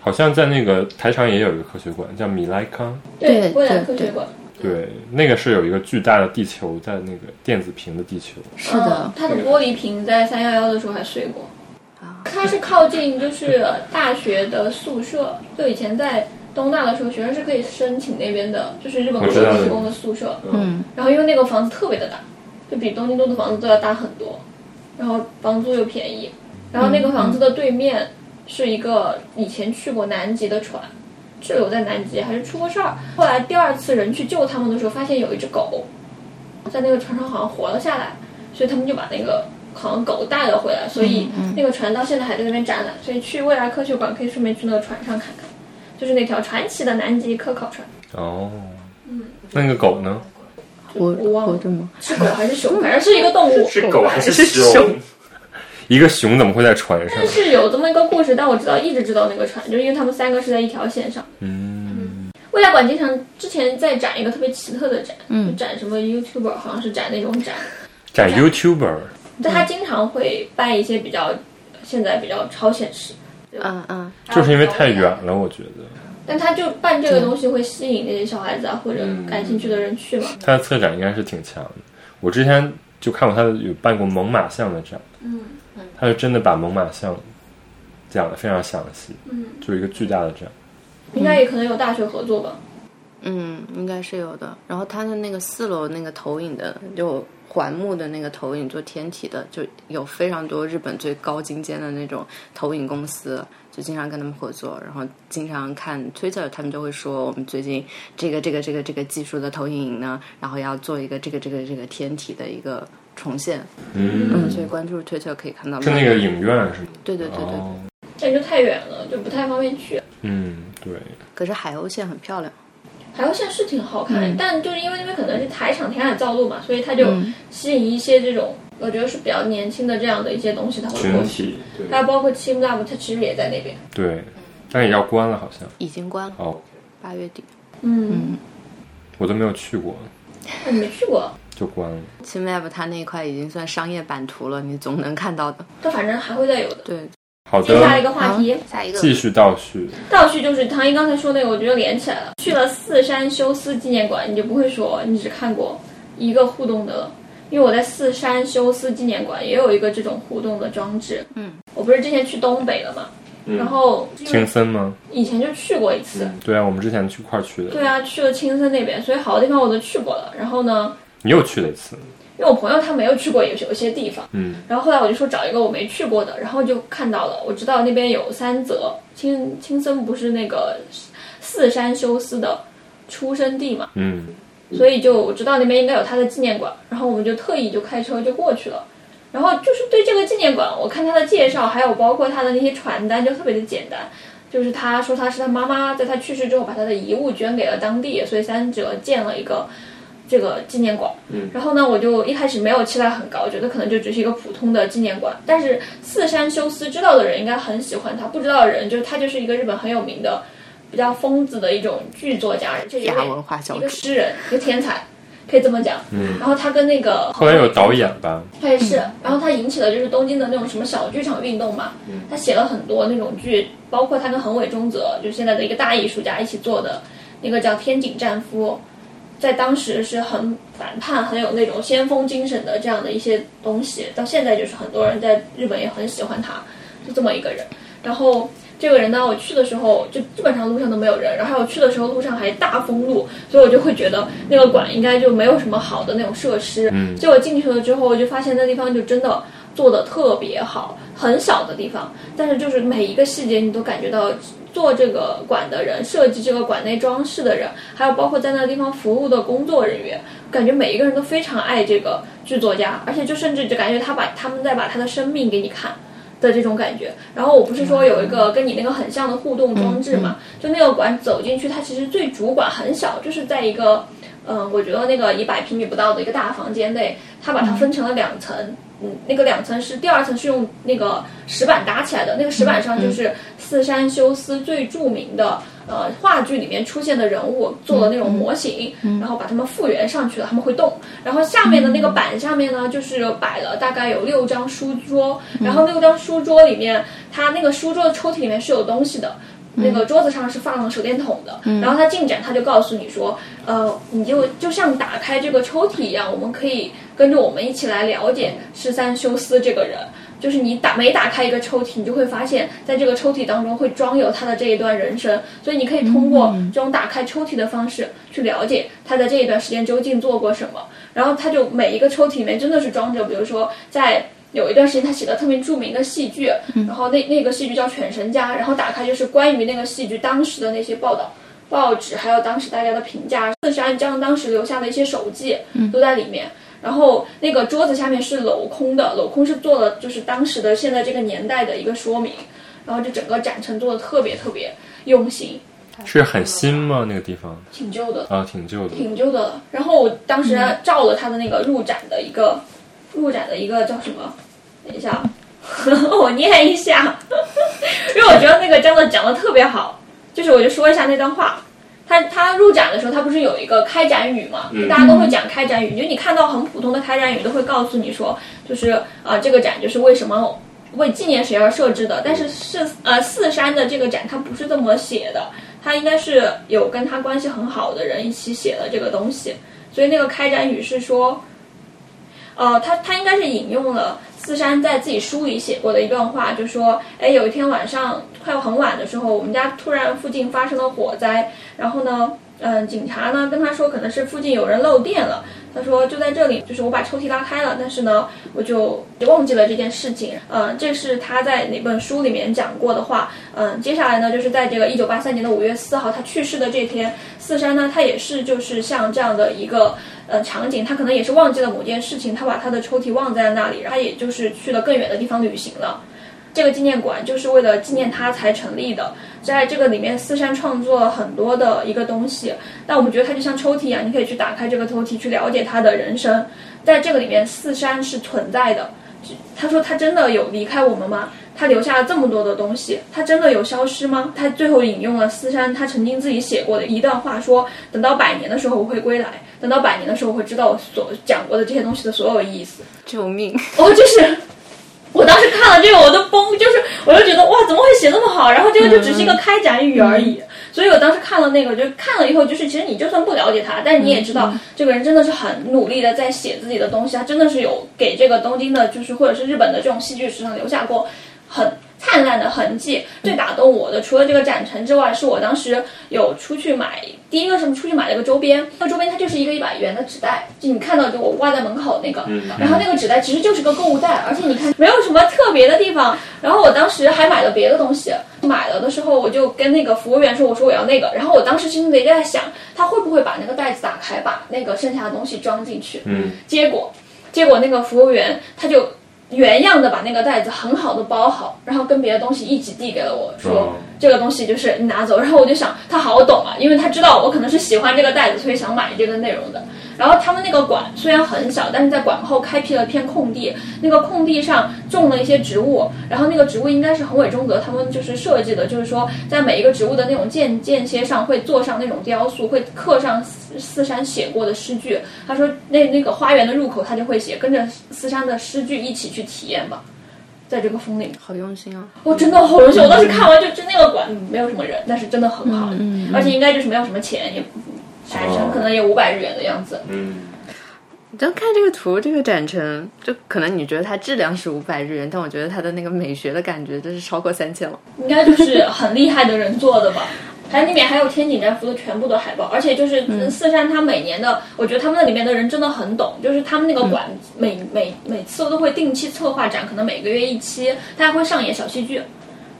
[SPEAKER 1] 好像在那个台场也有一个科学馆，叫米莱康，
[SPEAKER 2] 对
[SPEAKER 3] 未来
[SPEAKER 2] 对
[SPEAKER 3] 科学
[SPEAKER 2] 对
[SPEAKER 3] 馆，
[SPEAKER 1] 对，那个是有一个巨大的地球在那个电子屏的地球，
[SPEAKER 2] 是的
[SPEAKER 3] 嗯，它的玻璃瓶在三幺幺的时候还碎过。
[SPEAKER 2] 啊
[SPEAKER 3] 它是靠近就是大学的宿舍，就以前在东大的时候，学生是可以申请那边的，就是日本
[SPEAKER 1] 我
[SPEAKER 3] 国
[SPEAKER 1] 知道
[SPEAKER 3] 家
[SPEAKER 1] 那
[SPEAKER 3] 提
[SPEAKER 1] 个
[SPEAKER 3] 供的宿舍。
[SPEAKER 2] 嗯，
[SPEAKER 3] 然后因为那个房子特别的大，就比东京都的房子都要大很多，然后房租又便宜，然后那个房子的对面是一个以前去过南极的船，滞留在南极还是出过事儿，后来第二次人去救他们的时候，发现有一只狗在那个船上好像活了下来，所以他们就把那个。好像狗带了回来，所以那个船到现在还在那边展览，所以去未来科学馆可以顺便去那个船上看看，就是那条传奇的南极科考船，
[SPEAKER 1] 哦，那个狗呢？
[SPEAKER 2] 我
[SPEAKER 3] 我忘了
[SPEAKER 2] 我这么
[SPEAKER 3] 是 狗还是熊，反正是一个动物。
[SPEAKER 1] 是狗还
[SPEAKER 2] 啊是熊？
[SPEAKER 1] 一个熊怎么会在船 上？
[SPEAKER 3] 是有这么一个故事，但我知道一直知道那个船，就是因为他们三个是在一条线上。
[SPEAKER 1] 嗯，
[SPEAKER 3] 未来馆经常之前在展一个特别奇特的展，
[SPEAKER 2] 嗯
[SPEAKER 3] 就展什么 YouTuber，好像是展那种展，
[SPEAKER 1] 展 YouTuber，
[SPEAKER 3] 但
[SPEAKER 1] 嗯
[SPEAKER 3] 他经常会办一些比较现在比较超现实，
[SPEAKER 2] 嗯嗯，
[SPEAKER 1] 就是因为太远了，我觉得
[SPEAKER 3] 但他就办这个东西会吸引那些小孩子啊或者
[SPEAKER 1] 嗯
[SPEAKER 3] 感兴趣的人去嘛。
[SPEAKER 1] 它的策展应该是挺强的。我之前就看过它有办过猛犸象的展，
[SPEAKER 3] 嗯
[SPEAKER 1] 它是真的把猛犸象讲的非常详细，
[SPEAKER 3] 嗯，
[SPEAKER 1] 就是一个巨大的展。
[SPEAKER 3] 应该也可能有大学合作吧。
[SPEAKER 2] 嗯，应该是有的。然后它的那个四楼那个投影的，就环幕的那个投影做天体的，就有非常多日本最高精尖的那种投影公司，就经常跟他们合作。然后经常看 Twitter，他们就会说我们最近这个这个这个这个技术的投影营呢，然后要做一个这个这个这个天体的一个重现。嗯，
[SPEAKER 1] 嗯，
[SPEAKER 2] 所以关注 Twitter 可以看到。
[SPEAKER 1] 是那个影院是吗？
[SPEAKER 2] 对对对对对。
[SPEAKER 1] 哦，
[SPEAKER 3] 但就太远了，就不太方便去。
[SPEAKER 1] 嗯，对，
[SPEAKER 2] 可是海鸥线很漂亮。
[SPEAKER 3] 海鸥线是挺好看，
[SPEAKER 2] 嗯
[SPEAKER 3] 但就是因为那边可能是台场填海造陆嘛，所以它就
[SPEAKER 2] 嗯
[SPEAKER 3] 吸引一些这种我觉得是比较年轻的这样的一些东西，它会过
[SPEAKER 1] 群
[SPEAKER 3] 去。
[SPEAKER 1] 体，对
[SPEAKER 3] 还有包括 Team Lab，它其实也在那边。
[SPEAKER 1] 对，但也要关了好像。
[SPEAKER 2] 已经关了，
[SPEAKER 1] 哦，
[SPEAKER 2] 八月底。
[SPEAKER 3] 嗯，
[SPEAKER 1] 我都没有去过，
[SPEAKER 3] 我没去过，
[SPEAKER 1] 就关了。
[SPEAKER 2] 新 Map 它那一块已经算商业版图了，你总能看到的。
[SPEAKER 3] 但反正还会再有的。
[SPEAKER 2] 对，
[SPEAKER 1] 好
[SPEAKER 3] 接下来一
[SPEAKER 1] 的，
[SPEAKER 3] 个话题，
[SPEAKER 2] 下一
[SPEAKER 1] 继续倒叙。
[SPEAKER 3] 倒叙就是唐一刚才说那个，我觉得连起来了。去了四山修斯纪念馆，你就不会说你只看过一个互动的了。因为我在四山修斯纪念馆也有一个这种互动的装置。
[SPEAKER 2] 嗯，
[SPEAKER 3] 我不是之前去东北了嘛，然后
[SPEAKER 1] 嗯青森吗？
[SPEAKER 3] 以前就去过一次。
[SPEAKER 1] 对啊，我们之前去一块儿去的。
[SPEAKER 3] 对啊，去了青森那边，所以好多地方我都去过了。然后呢，
[SPEAKER 1] 你又去了一次。
[SPEAKER 3] 因为我朋友他没有去过有有些地方，
[SPEAKER 1] 嗯，
[SPEAKER 3] 然后后来我就说找一个我没去过的，然后就看到了，我知道那边有三泽青青森不是那个四山修斯的出生地嘛，
[SPEAKER 1] 嗯，
[SPEAKER 3] 所以就我知道那边应该有他的纪念馆，然后我们就特意就开车就过去了。然后就是对这个纪念馆，我看他的介绍，还有包括他的那些传单，就特别的简单。就是他说他是他妈妈在他去世之后把他的遗物捐给了当地，所以三者建了一个这个纪念馆。嗯，然后呢，我就一开始没有期待很高，觉得可能就只是一个普通的纪念馆。但是四山修斯知道的人应该很喜欢他，不知道的人就是他就是一个日本很有名的比较疯子的一种剧作家，这
[SPEAKER 2] 亚文化小
[SPEAKER 3] 一
[SPEAKER 2] 主
[SPEAKER 3] 个，诗人，一个天才，可以这么讲。然后他跟那个
[SPEAKER 1] 嗯后来有导演吧？
[SPEAKER 3] 他也是，然后他引起了就是东京的那种什么小剧场运动嘛。他写了很多那种剧，包括他跟横尾中泽，就是现在的一个大艺术家一起做的那个叫《天井战夫》，在当时是很反叛、很有那种先锋精神的这样的一些东西，到现在就是很多人在日本也很喜欢他，就这么一个人。然后这个人呢，我去的时候就基本上路上都没有人，然后我去的时候路上还大封路，所以我就会觉得那个馆应该就没有什么好的那种设施。嗯，结果进去了之后，我就发现那地方就真的做的特别好，很小的地方，但是就是每一个细节你都感觉到做这个馆的人、设计这个馆内装饰的人，还有包括在那个地方服务的工作人员，感觉每一个人都非常爱这个剧作家，而且就甚至就感觉他把他们在把他的生命给你看。的这种感觉，然后我不是说有一个跟你那个很像的互动装置嘛？就那个馆走进去，它其实最主馆很小，就是在一个，嗯、我觉得那个一百平米不到的一个大房间内，它把它分成了两层，嗯，那个两层是第二层是用那个石板搭起来的，那个石板上就是四山修斯最著名的。呃，话剧里面出现的人物做的那种模型，然后把它们复原上去了，他们会动。然后下面的那个板下面呢，就是摆了大概有六张书桌，然后六张书桌里面，它那个书桌的抽屉里面是有东西的。那个桌子上是放了手电筒的，然后它进展，它就告诉你说，呃，你就就像打开这个抽屉一样，我们可以跟着我们一起来了解十三休斯这个人。就是你打每打开一个抽屉，你就会发现，在这个抽屉当中会装有他的这一段人生，所以你可以通过这种打开抽屉的方式去了解他在这一段时间究竟做过什么。然后他就每一个抽屉里面真的是装着，比如说在有一段时间他写的特别著名的戏剧，然后那那个戏剧叫《犬神家》，然后打开就是关于那个戏剧当时的那些报道。报纸还有当时大家的评价，四十按章当时留下的一些手记都在里面。然后那个桌子下面是镂空的，镂空是做了就是当时的现在这个年代的一个说明。然后这整个展陈做的特别特别用心，
[SPEAKER 1] 是很新吗？那个地方
[SPEAKER 3] 挺旧的，
[SPEAKER 1] 啊，挺旧的。
[SPEAKER 3] 挺旧的了。然后我当时还照了他的那个入展的一个、入展的一个叫什么？等一下， 我念一下，因为我觉得那个真的讲的特别好。就是我就说一下那段话，他他入展的时候，他不是有一个开展语嘛？
[SPEAKER 1] 嗯
[SPEAKER 3] 大家都会讲开展语，就你看到很普通的开展语，都会告诉你说，就是啊、呃这个展就是为什么为纪念谁而设置的。但是是呃四山的这个展，它不是这么写的，它应该是有跟他关系很好的人一起写的这个东西。所以那个开展语是说，呃，他他应该是引用了四山在自己书里写过的一段话，就说，哎，有一天晚上快要很晚的时候，我们家突然附近发生了火灾，然后呢，嗯、警察呢跟他说可能是附近有人漏电了。他说就在这里，就是我把抽屉拉开了，但是呢，我就就忘记了这件事情。嗯、这是他在哪本书里面讲过的话。嗯、接下来呢，就是在这个一九八三年的五月四号，他去世的这天，四山呢，他也是就是像这样的一个呃场景，他可能也是忘记了某件事情，他把他的抽屉忘在了那里，他也就是去了更远的地方旅行了。这个纪念馆就是为了纪念他才成立的，在这个里面，四山创作了很多的一个东西。但我们觉得它就像抽屉一样，你可以去打开这个抽屉，去了解他的人生。在这个里面，四山是存在的。他说他真的有离开我们吗？他留下了这么多的东西，他真的有消失吗？他最后引用了四山他曾经自己写过的一段话，说：“等到百年的时候我会归来，等到百年的时候我会知道我所讲过的这些东西的所有意思。”
[SPEAKER 2] 救命！
[SPEAKER 3] 哦，就是我当时看了这个，我都崩，就是我就觉得哇，怎么会写那么好？然后这个就只是一个开展语而已。所以我当时看了那个，就看了以后，就是其实你就算不了解他，但你也知道这个人真的是很努力的在写自己的东西，他真的是有给这个东京的，就是或者是日本的这种戏剧史上留下过很灿烂的痕迹。最打动我的，除了这个展陈之外，是我当时有出去买，第一个是出去买了个周边，那个周边它就是一个一百元的纸袋，就你看到就我挂在门口那个，然后那个纸袋其实就是个购物袋，而且你看没有什么特别的地方。然后我当时还买了别的东西，买了的时候我就跟那个服务员说，我说我要那个，然后我当时心里在想，他会不会把那个袋子打开，把那个剩下的东西装进去？
[SPEAKER 1] 嗯，
[SPEAKER 3] 结果，结果那个服务员他就原样的把那个袋子很好的包好，然后跟别的东西一起递给了我，说、
[SPEAKER 1] 哦
[SPEAKER 3] 这个东西就是你拿走。然后我就想他好懂啊，因为他知道我可能是喜欢这个袋子，所以想买这个内容的。然后他们那个馆虽然很小，但是在馆后开辟了片空地，那个空地上种了一些植物，然后那个植物应该是横尾中则他们就是设计的，就是说在每一个植物的那种间间歇上会做上那种雕塑，会刻上四四山写过的诗句。他说那那个花园的入口他就会写，跟着四山的诗句一起去体验吧。在这个风里，
[SPEAKER 2] 好用心啊！
[SPEAKER 3] 我、真的好荣幸！我当时看完就就那个馆嗯没有什么人，但是真的很好，而且应该就是没有什么钱，也展成可能也五百日元的样子。
[SPEAKER 1] 嗯，
[SPEAKER 2] 你就看这个图，这个展陈，就可能你觉得它质量是五百日元，但我觉得它的那个美学的感觉真是超过三千了。
[SPEAKER 3] 应该就是很厉害的人做的吧。还有里面还有天井战服的全部的海报，而且就是嗯四山他每年的，我觉得他们那里面的人真的很懂，就是他们那个馆每、每每次都会定期策划展，可能每个月一期，大家会上演小戏剧。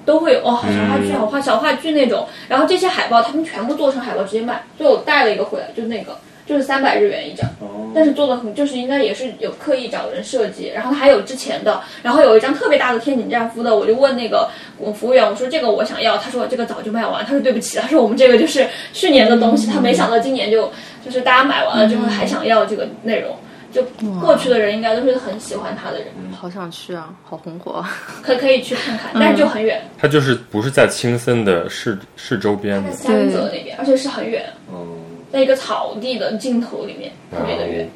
[SPEAKER 3] 都会有哦，小话剧、小话小话剧那种。然后这些海报他们全部做成海报直接卖，所以我带了一个回来，就是那个，就是三百日元一张。但是做的很，就是应该也是有刻意找人设计，然后还有之前的，然后有一张特别大的天井战夫的，我就问那个我服务员，我说这个我想要，他说这个早就卖完，他说对不起，他说我们这个就是去年的东西，他没想到今年就就是大家买完了之后还想要这个内容，就过去的人应该都是很喜欢他的人，
[SPEAKER 2] 好想去啊，好红火啊。
[SPEAKER 3] 可可以去看看，但是就很远，
[SPEAKER 1] 它就是不是在青森的市市周边的
[SPEAKER 3] 在，三泽那边，而且是很远，在一个草地的尽头里面，特别的远。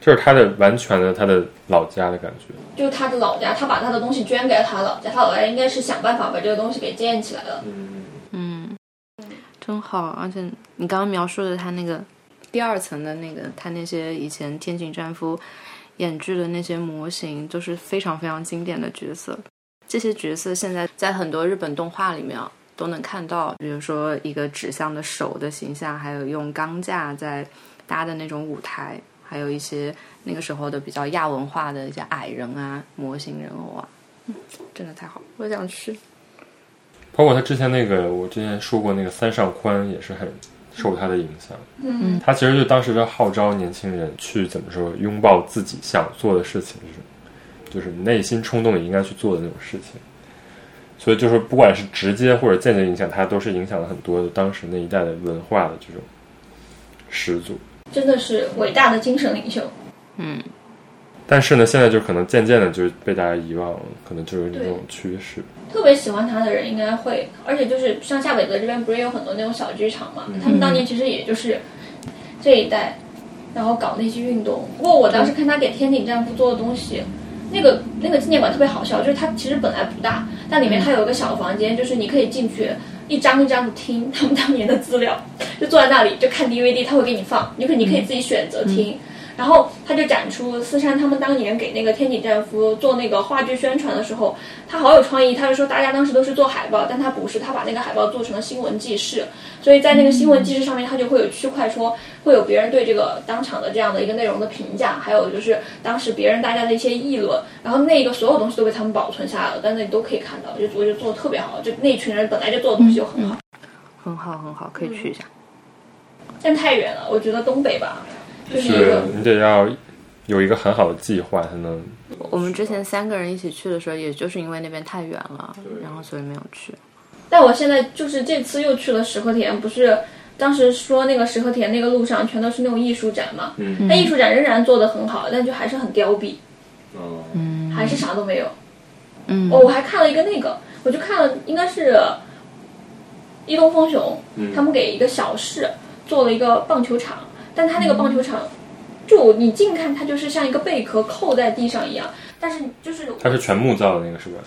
[SPEAKER 1] 就是它的完全的它的老家的感觉。
[SPEAKER 3] 就是他的老家，他把他的东西捐给了他老家，他老家应该是想办法把这个东西给建起来了。
[SPEAKER 2] 嗯，真好。而且你刚刚描述的他那个第二层的那个，他那些以前天井战夫演制的那些模型，都是非常非常经典的角色。这些角色现在在很多日本动画里面啊都能看到，比如说一个指向的手的形象，还有用钢架在搭的那种舞台，还有一些那个时候的比较亚文化的一些矮人啊、模型人偶啊，嗯，真的太好了，我想去。
[SPEAKER 1] 包括他之前那个，我之前说过那个三上宽也是很受他的影响。
[SPEAKER 3] 嗯，
[SPEAKER 1] 他其实就当时就号召年轻人去怎么说，拥抱自己想做的事情，就是就是内心冲动里应该去做的那种事情。所以就是不管是直接或者间接影响，他都是影响了很多当时那一代的文化的这种始祖。
[SPEAKER 3] 真的是伟大的精神领袖。
[SPEAKER 2] 嗯，
[SPEAKER 1] 但是呢，现在就可能渐渐的就被大家遗忘了，可能就有这种
[SPEAKER 3] 对
[SPEAKER 1] 趋势。
[SPEAKER 3] 特别喜欢他的人应该会，而且就是像夏北泽这边不是有很多那种小剧场嘛，他们当年其实也就是这一代，然后搞那些运动。不过我当时看他给天井战夫做的东西，那个那个纪念馆特别好笑，就是它其实本来不大，但里面它有一个小房间，就是你可以进去一张一张的听他们当年的资料，就坐在那里就看 DVD，他会给你放，你可以你可以自己选择听。然后他就展出四山他们当年给那个天井战夫做那个话剧宣传的时候，他好有创意。他就说大家当时都是做海报，但他不是，他把那个海报做成了新闻记事。所以在那个新闻记事上面，他就会有区块说会有别人对这个当场的这样的一个内容的评价，还有就是当时别人大家的一些议论。然后那个所有东西都被他们保存下来了，但那里都可以看到，就我觉得做的特别好。就那群人本来就做的东西就很好，
[SPEAKER 2] 很好，很好，可以去一下。
[SPEAKER 3] 但太远了，我觉得东北吧，就是一
[SPEAKER 1] 是
[SPEAKER 3] 个
[SPEAKER 1] 你得要有一个很好的计划才能。
[SPEAKER 2] 我们之前三个人一起去的时候，也就是因为那边太远了，然后所以没有去。
[SPEAKER 3] 但我现在就是这次又去了石河田，不是当时说那个石河田那个路上全都是那种艺术展嘛？嗯，但艺术展仍然做得很好，但就还是很凋敝，
[SPEAKER 1] 嗯，
[SPEAKER 3] 还是啥都没有。
[SPEAKER 2] 嗯
[SPEAKER 3] 哦，我还看了一个那个，我就看了，应该是伊东丰雄，他们给一个小市做了一个棒球场，但他那个棒球场，就你近看它就是像一个贝壳扣在地上一样，但是就是
[SPEAKER 1] 它是全木造的那个是吧？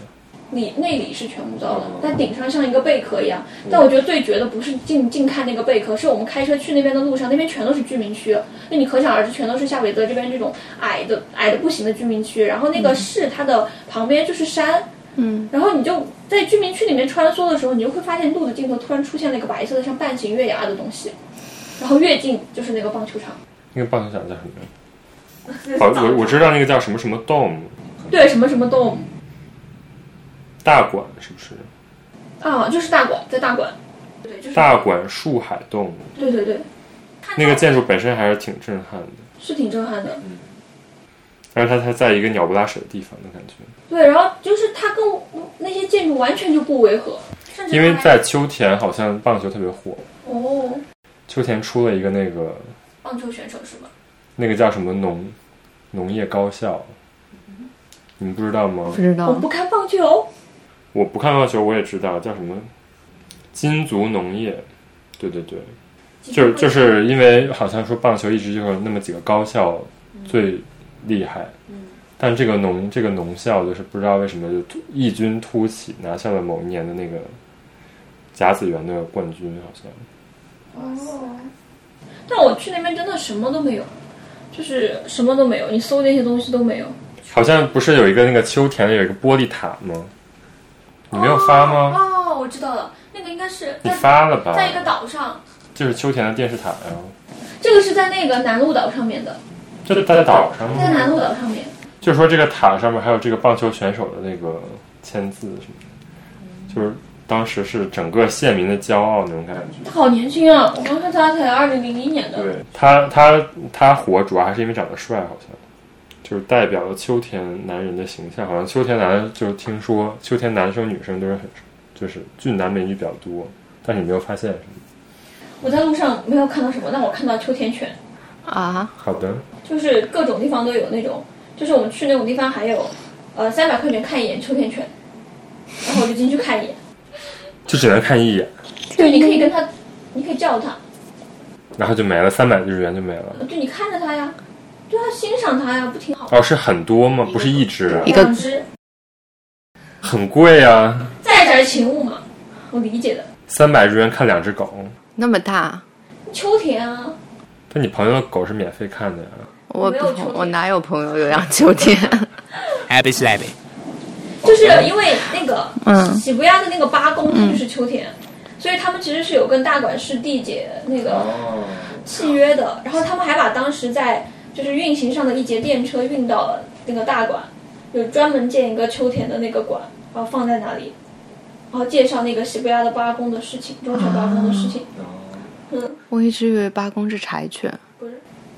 [SPEAKER 3] 里内里是全木造的，
[SPEAKER 1] 嗯
[SPEAKER 3] 但顶上像一个贝壳一样。但我觉得最绝的不是近近看那个贝壳，是我们开车去那边的路上，那边全都是居民区，那你可想而知，全都是夏北泽这边这种矮的矮的不行的居民区。然后那个市它的旁边就是山，
[SPEAKER 2] 嗯，
[SPEAKER 3] 然后你就在居民区里面穿梭的时候，你就会发现路的尽头突然出现了一个白色的像半形月牙的东西，然后越近就是那个棒球场。
[SPEAKER 1] 那个棒球场叫什么？ 好，我我知道那个叫什么什么 dome
[SPEAKER 3] 对什么什么洞
[SPEAKER 1] 大馆是不是？
[SPEAKER 3] 啊，就是大馆，在大馆，对，就是
[SPEAKER 1] 大馆树海洞
[SPEAKER 3] 对对对，
[SPEAKER 1] 那个建筑本身还是挺震撼的，
[SPEAKER 3] 是挺震撼的。
[SPEAKER 1] 但是它它在一个鸟不拉屎的地方的感觉。
[SPEAKER 3] 对，然后就是它跟我那些建筑完全就不违和，甚至
[SPEAKER 1] 因为
[SPEAKER 3] 它还
[SPEAKER 1] 在秋田好像棒球特别火，
[SPEAKER 3] 哦，
[SPEAKER 1] 秋田出了一个那个
[SPEAKER 3] 棒球选手是吗？
[SPEAKER 1] 那个叫什么农农业高校，
[SPEAKER 3] 嗯
[SPEAKER 1] 你们不知道吗
[SPEAKER 2] 不？知
[SPEAKER 3] 我
[SPEAKER 2] 道
[SPEAKER 3] 不看棒球，哦
[SPEAKER 1] 我不看棒球我也知道叫什么金足农业，对对对，就是就是因为好像说棒球一直就有那么几个高校最厉害，
[SPEAKER 3] 嗯
[SPEAKER 1] 但这个农这个农校就是不知道为什么就突异军突起，拿下了某一年的那个甲子园的冠军，好像
[SPEAKER 3] 哦，但我去那边真的什么都没有，就是什么都没有，你搜那些东西都没有。
[SPEAKER 1] 好像不是有一个那个秋田的有一个玻璃塔吗？你没有发吗？
[SPEAKER 3] 哦，我知道了，那个应该是
[SPEAKER 1] 你
[SPEAKER 3] 在
[SPEAKER 1] 发了吧？
[SPEAKER 3] 在一个岛上，
[SPEAKER 1] 就是秋田的电视塔呀、
[SPEAKER 3] 这个是在那个南鹿岛上面的，
[SPEAKER 1] 这就在岛上
[SPEAKER 3] 在南
[SPEAKER 1] 吗？
[SPEAKER 3] 鹿岛上面。
[SPEAKER 1] 就说这个塔上面还有这个棒球选手的那个签字什么的，就是当时是整个县民的骄傲那种感觉。
[SPEAKER 3] 他好年轻啊！我刚看他才二零零一年的，
[SPEAKER 1] 对他，他他火主要还是因为长得帅，好像就是代表了秋天男人的形象。好像秋天男就是听说秋天男生女生都是很就是俊男美女比较多，但是你没有发现什么。
[SPEAKER 3] 我在路上没有看到什么，但我看到秋天犬，
[SPEAKER 2] 啊，
[SPEAKER 1] 好的，
[SPEAKER 3] 就是各种地方都有那种，就是我们去那种地方还有，呃，三百块钱看一眼秋天犬，然后我就进去看一眼，
[SPEAKER 1] 就只能看一眼，
[SPEAKER 3] 对，你可以跟他，你可以叫他，
[SPEAKER 1] 然后就没了，三百日元就没了。
[SPEAKER 3] 对，你看着他呀，对他欣赏他呀，不挺好？
[SPEAKER 1] 哦，是很多吗？不是一只啊，
[SPEAKER 2] 一个
[SPEAKER 3] 两只，
[SPEAKER 1] 很贵啊，
[SPEAKER 3] 再宅情物嘛，我理解的。
[SPEAKER 1] 三百日元看两只狗，
[SPEAKER 2] 那么大，
[SPEAKER 3] 秋天啊，
[SPEAKER 1] 但你朋友的狗是免费看的呀。
[SPEAKER 2] 我
[SPEAKER 3] 没有秋天
[SPEAKER 2] 我哪有朋友有养秋天？
[SPEAKER 4] Happy slappy.
[SPEAKER 3] 就是因为那个
[SPEAKER 2] 嗯
[SPEAKER 3] 喜不亚的那个八公，它就是秋天，所以他们其实是有跟大管市缔结那个契约的。然后他们还把当时在就是运行上的一节电车运到了那个大馆，有专门建一个秋田的那个馆，然后放在那里，然后介绍那个喜不亚的八公的事情，忠犬八公的事情。
[SPEAKER 1] 嗯哦
[SPEAKER 2] 我一直以为八公是柴犬。
[SPEAKER 3] 不是，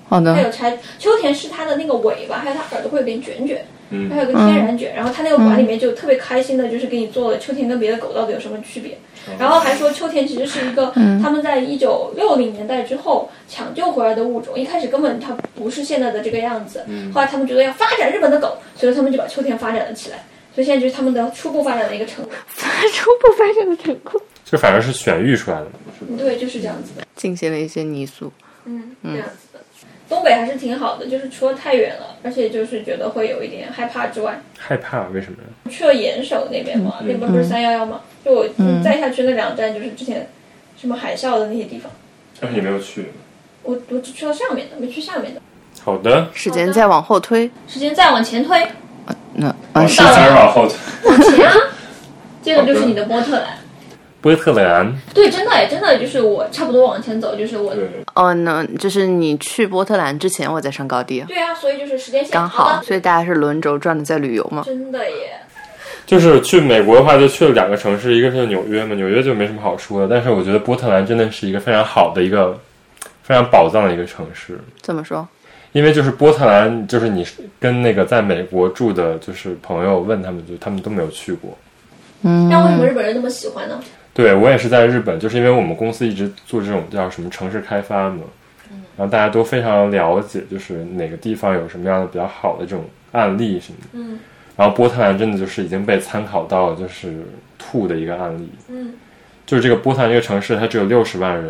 [SPEAKER 2] 好
[SPEAKER 3] 还
[SPEAKER 2] 的，
[SPEAKER 3] 有柴秋田是它的那个尾巴，还有它耳朵会有点卷卷，
[SPEAKER 1] 嗯
[SPEAKER 3] 还有个天然卷。然后它那个馆里面就特别开心的，就是给你做了秋田跟别的狗到底有什么区别。然后还说秋田其实是一个他们在一九六零年代之后抢救回来的物种，一开始根本它不是现在的这个样子。后来他们觉得要发展日本的狗，所以说他们就把秋田发展了起来。所以现在就是他们的初步发展的一个成果。
[SPEAKER 2] 初步发展的成功，
[SPEAKER 1] 就反正是选育出来的嘛。
[SPEAKER 3] 对，就是这样子的。
[SPEAKER 2] 进行了一些泥塑。
[SPEAKER 3] 嗯，这样子的。东北还是挺好的，就是除了太远了，而且就是觉得会有一点害怕之外，
[SPEAKER 1] 害怕为什么呀？
[SPEAKER 3] 去了岩手那边
[SPEAKER 2] 嗯
[SPEAKER 3] 嘛，那边不是三幺幺嘛，就我再下去那两站就是之前什么海啸的那些地方，
[SPEAKER 1] 但是你没有去。
[SPEAKER 3] 我我只去了上面的，没去下面的。
[SPEAKER 1] 好 的，
[SPEAKER 2] 时间再往后推，
[SPEAKER 3] 时间再往前推，
[SPEAKER 2] 那啊是
[SPEAKER 1] 是再往后。
[SPEAKER 3] 接着就是你的波特兰。
[SPEAKER 1] 波特兰，
[SPEAKER 3] 对，真的哎，真的就是我差不多往前走，就是我。
[SPEAKER 1] 对，
[SPEAKER 2] 哦，那就是你去波特兰之前我在上高地，
[SPEAKER 3] 对啊，所以就是时间线
[SPEAKER 2] 刚好，
[SPEAKER 3] 的
[SPEAKER 2] 所以大家是轮轴转的在旅游嘛。
[SPEAKER 3] 真的耶，
[SPEAKER 1] 就是去美国的话，就去了两个城市，一个是纽约嘛，纽约就没什么好说的。但是我觉得波特兰真的是一个非常好的一个非常宝藏的一个城市，
[SPEAKER 2] 怎么说？
[SPEAKER 1] 因为就是波特兰，就是你跟那个在美国住的，就是朋友问他们，就他们都没有去过。
[SPEAKER 2] 嗯
[SPEAKER 3] 那为什么日本人那么喜欢呢？
[SPEAKER 1] 对我也是在日本，就是因为我们公司一直做这种叫什么城市开发嘛，然后大家都非常了解，就是哪个地方有什么样的比较好的这种案例什么的。
[SPEAKER 3] 嗯
[SPEAKER 1] 然后波特兰真的就是已经被参考到就是吐的一个案例，
[SPEAKER 3] 嗯，
[SPEAKER 1] 就是这个波特兰这个城市它只有六十万人，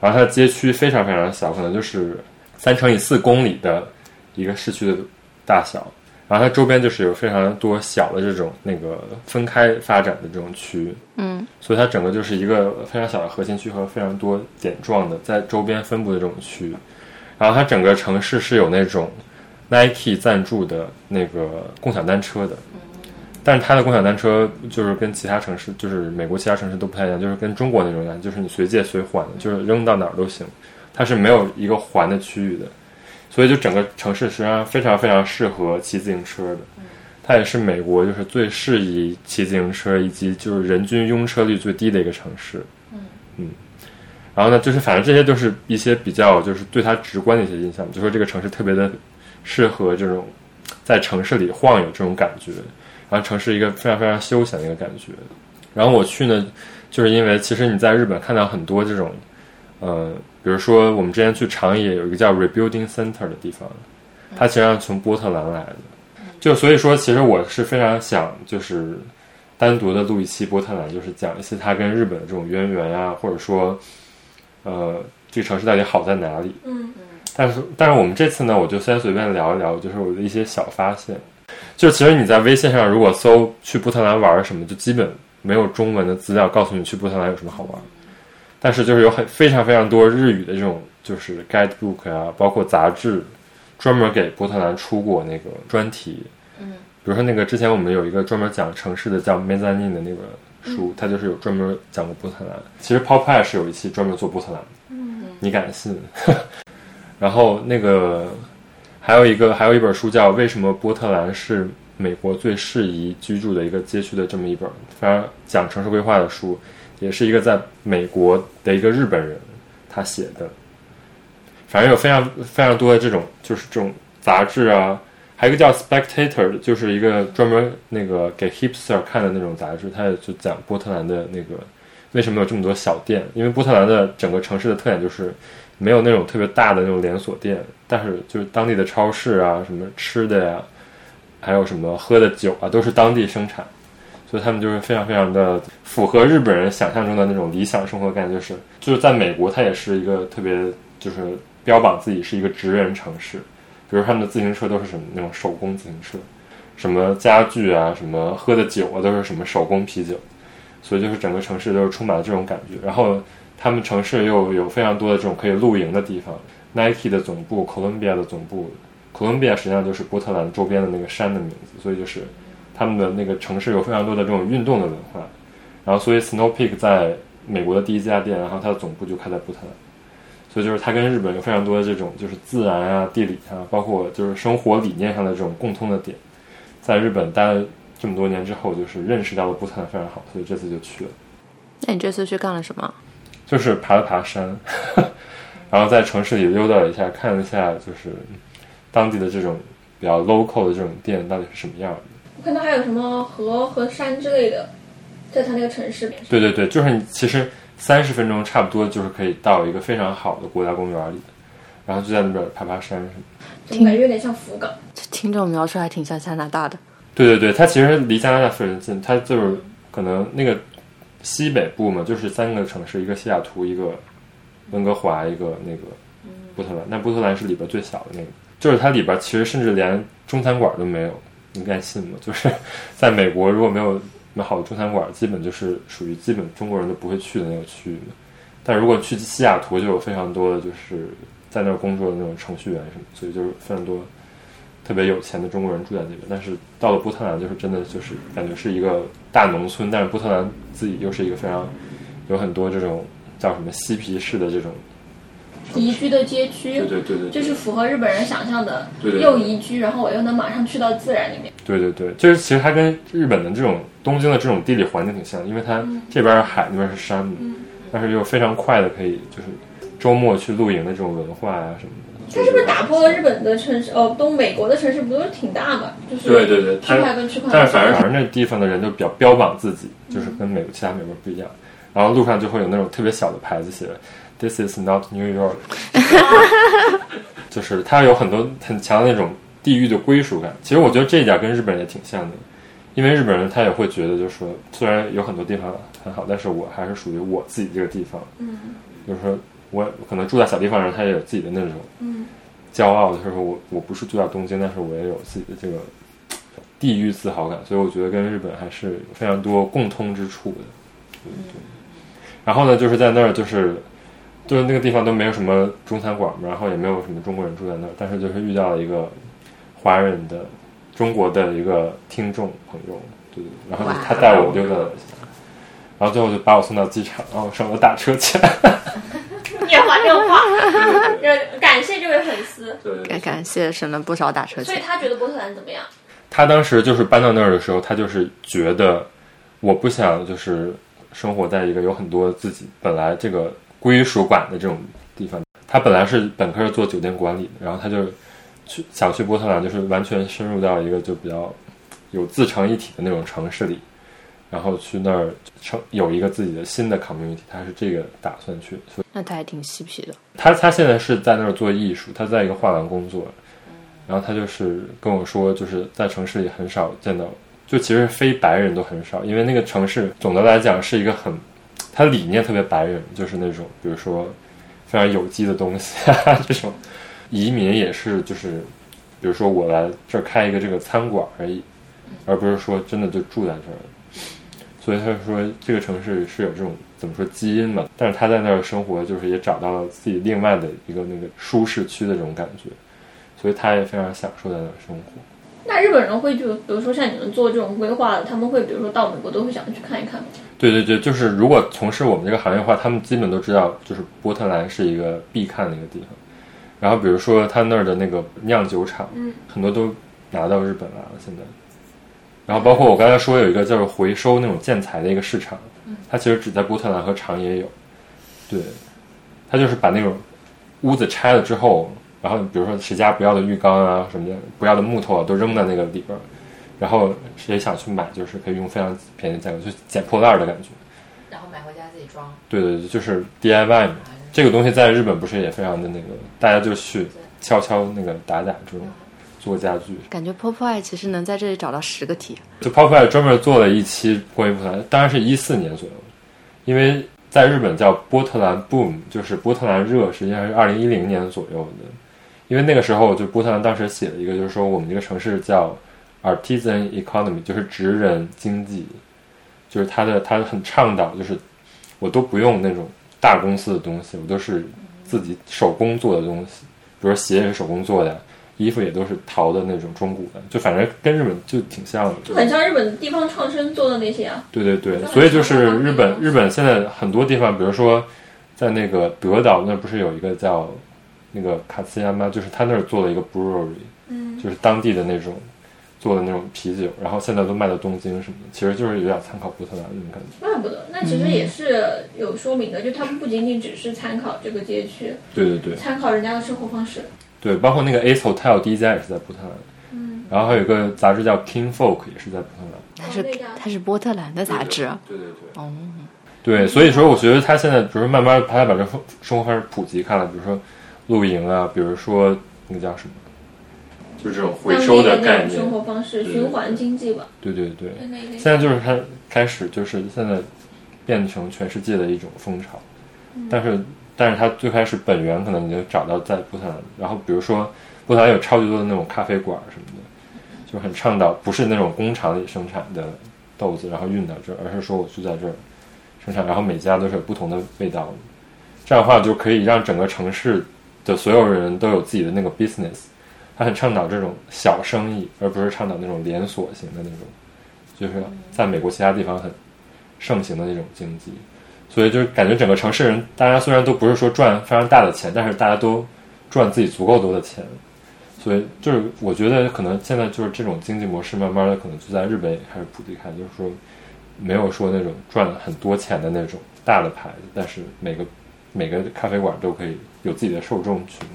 [SPEAKER 1] 然后它的街区非常非常小，可能就是三乘以四公里的一个市区的大小。然后它周边就是有非常多小的这种那个分开发展的这种区，
[SPEAKER 2] 嗯，
[SPEAKER 1] 所以它整个就是一个非常小的核心区和非常多点状的在周边分布的这种区，然后它整个城市是有那种 Nike 赞助的那个共享单车的，但是它的共享单车就是跟其他城市，就是美国其他城市都不太一样，就是跟中国那种一样，就是你随借随还的，就是扔到哪儿都行，它是没有一个还的区域的，所以就整个城市实际上非常非常适合骑自行车的。它也是美国就是最适宜骑自行车以及就是人均拥车率最低的一个城市。嗯然后呢，就是反正这些都是一些比较就是对它直观的一些印象，就说这个城市特别的适合这种在城市里晃悠这种感觉，然后城市一个非常非常休闲的一个感觉。然后我去呢，就是因为其实你在日本看到很多这种，呃，比如说我们之前去长野有一个叫 Rebuilding Center 的地方，它其实上从波特兰来的。就所以说，其实我是非常想就是单独的录一期波特兰，就是讲一些它跟日本的这种渊源呀、或者说呃这个城市到底好在哪里。
[SPEAKER 3] 嗯，
[SPEAKER 1] 但是但是我们这次呢，我就先随便聊一聊，就是我的一些小发现。就其实你在微信上如果搜去波特兰玩什么，就基本没有中文的资料告诉你去波特兰有什么好玩。但是就是有很非常非常多日语的这种就是 guidebook 啊，包括杂志，专门给波特兰出过那个专题。比如说那个之前我们有一个专门讲城市的叫《Mezzanine》的那个书，它就是有专门讲过波特兰。其实 Popeye 是有一期专门做波特兰，嗯，你敢信？ 然后那个还有一个还有一本书叫《为什么波特兰是美国最适宜居住的一个街区的这么一本，反正讲城市规划的书，也是一个在美国的一个日本人他写的。反正有非常非常多的这种，就是这种杂志啊，还有一个叫《Spectator》，就是一个专门那个给 hipster 看的那种杂志，它也就讲波特兰的那个为什么有这么多小店，因为波特兰的整个城市的特点就是没有那种特别大的那种连锁店，但是就是当地的超市啊，什么吃的呀、还有什么喝的酒啊，都是当地生产，所以他们就是非常非常的符合日本人想象中的那种理想生活感，就是就是在美国，它也是一个特别就是标榜自己是一个职人城市，比如他们的自行车都是什么那种手工自行车，什么家具啊，什么喝的酒啊，都是什么手工啤酒，所以就是整个城市都是充满了这种感觉。然后他们城市又有非常多的这种可以露营的地方，Nike 的总部、Columbia 的总部，哥伦比亚实际上就是波特兰周边的那个山的名字，所以就是他们的那个城市有非常多的这种运动的文化。然后，所以 Snow Peak 在美国的第一家店，然后它的总部就开在波特兰，所以就是它跟日本有非常多的这种就是自然啊、地理啊，包括就是生活理念上的这种共通的点。在日本待了这么多年之后，就是认识到了波特兰非常好，所以这次就去了。
[SPEAKER 2] 那你这次去干了什么？
[SPEAKER 1] 就是爬了爬山， 然后在城市里溜达了一下，看了一下就是当地的这种比较 local 的这种店到底是什么样的。
[SPEAKER 3] 我看到还有什么河和山之类的，在他那个城市里面。
[SPEAKER 1] 对对对，就是你其实三十分钟差不多就是可以到一个非常好的国家公园里，然后就在那边爬爬山什么。
[SPEAKER 3] 怎么感觉有点像福冈？
[SPEAKER 2] 这听这种描述还挺像加拿大的。
[SPEAKER 1] 对对对，它其实离加拿大非常近，它就是可能那个西北部嘛，就是三个城市，一个西雅图，一个温哥华，一个那个波特兰。那波特兰是里边最小的那个，就是它里边其实甚至连中餐馆都没有，你敢信吗？就是在美国，如果没有那么好的中餐馆，基本就是属于基本中国人都不会去的那个区域嘛。但如果去西雅图，就有非常多的就是在那儿工作的那种程序员什么，所以就是非常多特别有钱的中国人住在那边，但是到了波特兰，就是真的就是感觉是一个大农村，但是波特兰自己又是一个非常有很多这种叫什么嬉皮士的这种，
[SPEAKER 3] 宜居的街区，
[SPEAKER 1] 对对对
[SPEAKER 3] 就是符合日本人想象的，
[SPEAKER 1] 对对
[SPEAKER 3] 又宜居，然后我又能马上去到自然里面。
[SPEAKER 1] 对对对，就是其实它跟日本的这种东京的这种地理环境挺像，因为它这边是海，那边是山嘛，但是又非常快的可以就是周末去露营的这种文化呀、什么的。
[SPEAKER 3] 它是不是打破了日本的城市？哦，东美国的城市不都挺大嘛？就是
[SPEAKER 1] 对对对
[SPEAKER 3] 区块跟区块，
[SPEAKER 1] 但是反而反而那地方的人就比较标榜自己，就是跟美国其他美国不一样。然后路上就会有那种特别小的牌子写着 “This is not New York”，就是它有很多很强的那种地域的归属感。其实我觉得这一点跟日本人也挺像的，因为日本人他也会觉得，就是说虽然有很多地方很好，但是我还是属于我自己这个地方。
[SPEAKER 3] 嗯，
[SPEAKER 1] 就是说我可能住在小地方的人，他也有自己的那种
[SPEAKER 3] 嗯
[SPEAKER 1] 骄傲，就是说我我不是住在东京，但是我也有自己的这个地域自豪感，所以我觉得跟日本还是有非常多共通之处的。对对然后呢，就是在那儿，就是就是那个地方都没有什么中餐馆嘛，然后也没有什么中国人住在那儿，但是就是遇到了一个华人的中国的一个听众朋友，对对，然后就他带我溜达了一下，然后最后就把我送到机场，然后省得打车钱。
[SPEAKER 3] 电话电话， 就是感谢这位粉丝。
[SPEAKER 1] 对
[SPEAKER 2] 感感谢省了不少打车
[SPEAKER 3] 所以
[SPEAKER 2] 钱。
[SPEAKER 3] 他觉得波特兰怎么样？
[SPEAKER 1] 他当时就是搬到那儿的时候，他就是觉得我不想就是生活在一个有很多自己本来这个归属感的这种地方。他本来是本科是做酒店管理的，然后他就去想去波特兰，就是完全深入到一个就比较有自成一体的那种城市里，然后去那儿成有一个自己的新的 community，他是这个打算去。所以
[SPEAKER 2] 那他还挺嬉皮的。
[SPEAKER 1] 他他现在是在那儿做艺术，他在一个画廊工作，然后他就是跟我说，就是在城市里很少见到，就其实非白人都很少，因为那个城市总的来讲是一个很，他理念特别白人，就是那种比如说非常有机的东西啊 这种，移民也是就是，比如说我来这儿开一个这个餐馆而已，而不是说真的就住在这儿。所以他就说这个城市是有这种怎么说基因嘛，但是他在那儿生活，就是也找到了自己另外的一个那个舒适区的这种感觉，所以他也非常享受在那儿生活。
[SPEAKER 3] 那日本人会就比如说像你们做这种规划的，他们会比如说到美国都会想去看一看吗？
[SPEAKER 1] 对对对，就是如果从事我们这个行业的话，他们基本都知道，就是波特兰是一个必看的一个地方。然后比如说他那儿的那个酿酒厂，
[SPEAKER 3] 嗯，
[SPEAKER 1] 很多都拿到日本来了，现在然后包括我刚才说有一个就是回收那种建材的一个市场，它其实只在波特兰和长野有。对，它就是把那种屋子拆了之后，然后比如说谁家不要的浴缸啊什么的，不要的木头啊都扔在那个里边儿，然后谁想去买就是可以用非常便宜的价格，就捡破烂儿的感觉。
[SPEAKER 5] 然后买回家自己装。啊
[SPEAKER 1] 对对对，就是 DIY 嘛。这个东西在日本不是也非常的那个，大家就去敲敲那个打打这
[SPEAKER 5] 嗯
[SPEAKER 1] 种做家具。
[SPEAKER 2] 感觉 p o p e y 其实能在这里找到十个题。
[SPEAKER 1] 就 Popeye 专门做了一期关于波特兰，当然是一四年左右，因为在日本叫波特兰 Boom，就是波特兰热，实际上是二零一零年左右的。因为那个时候，就波特兰当时写了一个，就是说我们这个城市叫 Artisan Economy，就是职人经济，就是他的他很倡导，就是我都不用那种大公司的东西，我都是自己手工做的东西，比如说鞋也是手工做的，衣服也都是淘的那种中古的，就反正跟日本就挺像的，
[SPEAKER 3] 就很像日本地方创生做的那些啊，
[SPEAKER 1] 对对对，所以就是日本，日本现在很多地方，比如说在那个德岛那儿不是有一个叫那个卡斯亚吗？就是他那儿做了一个 brewery，
[SPEAKER 3] 嗯，
[SPEAKER 1] 就是当地的那种做的那种啤酒，然后现在都卖到东京什么的，其实就是有点参考波特兰那种感觉。
[SPEAKER 3] 怪不得。那其实也是有说明的，就他们不仅仅只是参考这个街区，
[SPEAKER 1] 对对对
[SPEAKER 3] 参考人家的生活方式。
[SPEAKER 1] 对，包括那个 Ace Hotel 第一家也是在波特兰，
[SPEAKER 3] 嗯，
[SPEAKER 1] 然后还有一个杂志叫 King Folk 也是在波特兰。
[SPEAKER 2] 它
[SPEAKER 3] 哦
[SPEAKER 2] 是
[SPEAKER 3] 那个嗯
[SPEAKER 2] 它是波特兰的杂志，
[SPEAKER 1] 对对对。
[SPEAKER 2] 哦，
[SPEAKER 1] 对，所以说我觉得他现在，比如说慢慢他把这生生活方式普及开了，比如说露营啊，比如说那个叫什么，就这种回收的
[SPEAKER 3] 当地那
[SPEAKER 1] 概
[SPEAKER 3] 种生
[SPEAKER 1] 念。
[SPEAKER 3] 活方式，
[SPEAKER 1] 对
[SPEAKER 3] 循环经济吧。
[SPEAKER 1] 对对对，
[SPEAKER 3] 对对对
[SPEAKER 1] 现在就是开开始就是现在变成全世界的一种风潮，但是但是它最开始本源可能你就找到在波特兰，然后比如说波特兰有超级多的那种咖啡馆什么的，就很倡导不是那种工厂里生产的豆子然后运到这儿，而是说我就在这儿生产，然后每家都是有不同的味道的，这样的话就可以让整个城市的所有人都有自己的那个 business。他很倡导这种小生意，而不是倡导那种连锁型的那种就是在美国其他地方很盛行的那种经济，所以就是感觉整个城市人，大家虽然都不是说赚非常大的钱，但是大家都赚自己足够多的钱，所以就是我觉得可能现在就是这种经济模式，慢慢的可能就在日本也开始普及开，就是说没有说那种赚很多钱的那种大的牌子，但是每个每个咖啡馆都可以有自己的受众群，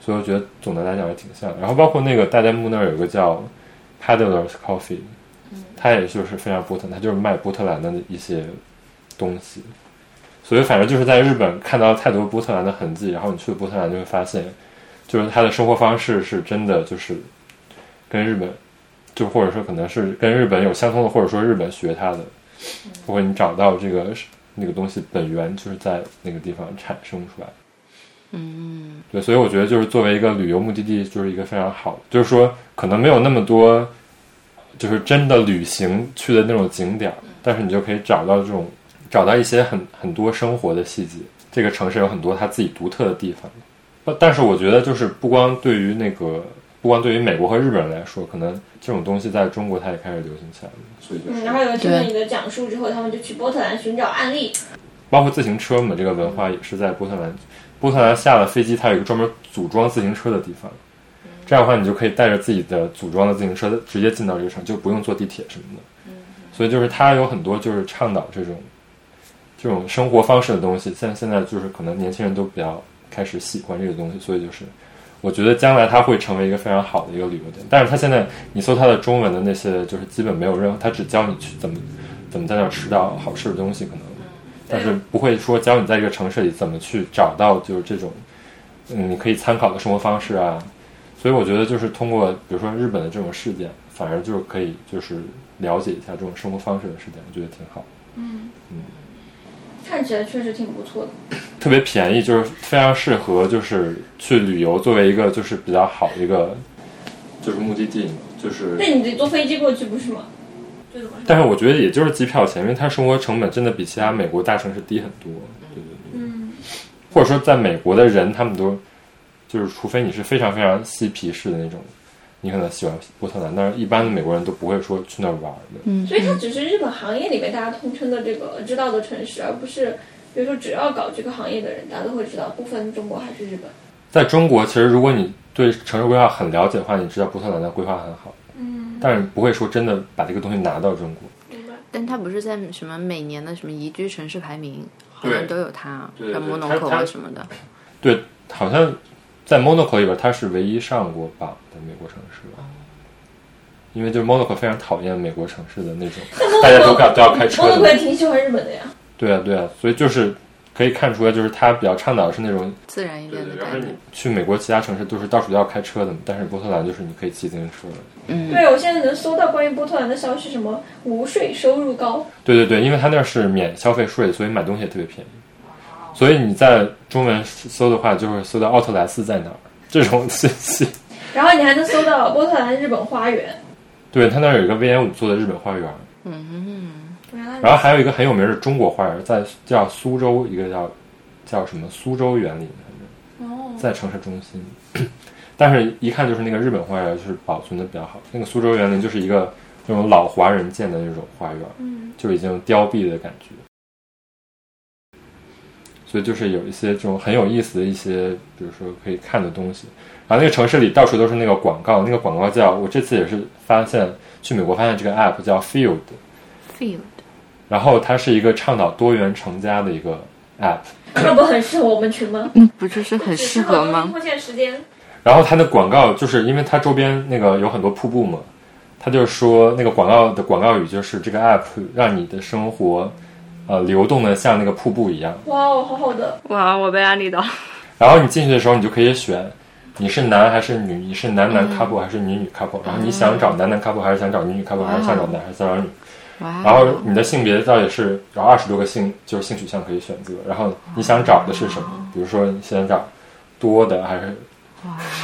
[SPEAKER 1] 所以我觉得总的来讲还挺像的。然后包括那个大代木那儿有个叫 Paddlers Coffee。他也就是非常波特兰，他就是卖波特兰的一些东西，所以反正就是在日本看到太多波特兰的痕迹，然后你去波特兰就会发现，就是他的生活方式是真的就是跟日本，就或者说可能是跟日本有相通的，或者说日本学他的，或者你找到这个那个东西本源就是在那个地方产生出来。
[SPEAKER 2] 嗯，
[SPEAKER 1] 对，所以我觉得就是作为一个旅游目的地，就是一个非常好，就是说可能没有那么多，就是真的旅行去的那种景点儿，但是你就可以找到这种，找到一些很很多生活的细节。这个城市有很多它自己独特的地方，不，但是我觉得就是不光对于那个，不光对于美国和日本人来说，可能这种东西在中国它也开始流行起来了，所以就
[SPEAKER 3] 嗯，
[SPEAKER 1] 是
[SPEAKER 3] 然后有人听了你的讲述之后，他们就去波特兰寻找案例。
[SPEAKER 1] 包括自行车嘛，这个文化也是在波特兰。波特兰下了飞机，它有一个专门组装自行车的地方，这样的话你就可以带着自己的组装的自行车直接进到这个城，就不用坐地铁什么的。所以就是它有很多就是倡导这种这种生活方式的东西，现现在就是可能年轻人都比较开始喜欢这个东西，所以就是我觉得将来它会成为一个非常好的一个旅游点。但是它现在你搜它的中文的那些，就是基本没有任何，它只教你去怎么怎么在那儿吃到好吃的东西，可能。但是不会说教你在一个城市里怎么去找到就是这种，嗯，你可以参考的生活方式啊。所以我觉得就是通过比如说日本的这种事件，反而就是可以就是了解一下这种生活方式的事件，我觉得挺好。
[SPEAKER 3] 看起来确实挺不错的，
[SPEAKER 1] 特别便宜，就是非常适合就是去旅游作为一个就是比较好的一个就是目的地嘛，就是
[SPEAKER 3] 那你得坐飞机过去不是吗？这怎么说？
[SPEAKER 1] 但是我觉得也就是机票钱，因为它生活成本真的比其他美国大城市低很多。对对对。
[SPEAKER 3] 嗯。
[SPEAKER 1] 或者说，在美国的人，他们都就是，除非你是非常非常嬉皮士的那种，你可能喜欢波特兰，但是一般的美国人都不会说去那儿玩的。
[SPEAKER 2] 嗯
[SPEAKER 3] 所以它只是日本行业里面大家通称的这个知道的城市，而不是比如说只要搞这个行业的人，大家都会知道，不分中国还是日本。
[SPEAKER 1] 在中国，其实如果你对城市规划很了解的话，你知道波特兰的规划很好。
[SPEAKER 3] 嗯。
[SPEAKER 1] 但是不会说真的把这个东西拿到中国。
[SPEAKER 3] 明 白。
[SPEAKER 2] 但它不是在什么每年的什么宜居城市排名，好
[SPEAKER 1] 对
[SPEAKER 2] 像都有它，
[SPEAKER 1] 对对
[SPEAKER 2] 像
[SPEAKER 1] 对
[SPEAKER 2] 摩农
[SPEAKER 1] 它
[SPEAKER 2] 口
[SPEAKER 1] 它
[SPEAKER 2] 啊什么的。
[SPEAKER 1] 对，好像在 Monaco 里边，它是唯一上过榜的美国城市吧。因为就是 Monaco 非常讨厌美国城市的那种，大家都干都要开车
[SPEAKER 3] 我
[SPEAKER 1] 的
[SPEAKER 3] 我也挺喜欢日本的呀。
[SPEAKER 1] 对啊，对啊，所以就是可以看出来，就是他比较倡导的是那种，
[SPEAKER 2] 自然一点的
[SPEAKER 1] 然
[SPEAKER 2] 概
[SPEAKER 1] 后
[SPEAKER 2] 念
[SPEAKER 1] 你，去美国其他城市都是到处都要开车的嘛，但是波特兰就是你可以骑自行车的。
[SPEAKER 2] 嗯，
[SPEAKER 3] 对，我现在能搜到关于波特兰的消息，什么无税收入高，
[SPEAKER 1] 对对对，因为他那儿是免消费税，所以买东西也特别便宜。所以你在中文搜的话，就会搜到奥特莱斯在哪儿这种 信息。
[SPEAKER 3] 然后你还能搜到波特兰日本花园。
[SPEAKER 1] 对他那儿有一个 VM 五座的日本花园，
[SPEAKER 2] 嗯
[SPEAKER 3] 原来
[SPEAKER 1] 然后还有一个很有名的中国花园，在叫苏州一个叫叫什么苏州园林，
[SPEAKER 3] 哦，
[SPEAKER 1] 在城市中心， 但是一看就是那个日本花园就是保存的比较好。那个苏州园林就是一个那种老华人建的那种花园，
[SPEAKER 3] 嗯，
[SPEAKER 1] 就已经凋敝的感觉。所以就是有一些这种很有意思的一些，比如说可以看的东西。然后那个城市里到处都是那个广告，那个广告叫我这次也是发现去美国发现这个 app 叫 Field，
[SPEAKER 2] field
[SPEAKER 1] 然后它是一个倡导多元成家的一个 app。
[SPEAKER 3] 那不很适合我们群吗？
[SPEAKER 2] 不就是很适合吗？
[SPEAKER 3] 空闲时间，
[SPEAKER 1] 然后它的广告就是因为它周边那个有很多瀑布嘛，它就是说那个广告的广告语就是这个 app 让你的生活，呃，流动的像那个瀑布一样。
[SPEAKER 3] 哇哦，好好的，
[SPEAKER 2] 哇，我被安利到，
[SPEAKER 1] 然后你进去的时候，你就可以选你是男还是女，你是男男 couple 还是女女 couple，、然后你想找男男 couple 还是想找女女 couple，、还是想找男还是想找女，
[SPEAKER 2] 哇，
[SPEAKER 1] 然后
[SPEAKER 3] 哦
[SPEAKER 1] 你的性别倒也是有二十多个性就是性取向可以选择，然后你想找的是什么？比如说你想找多的还是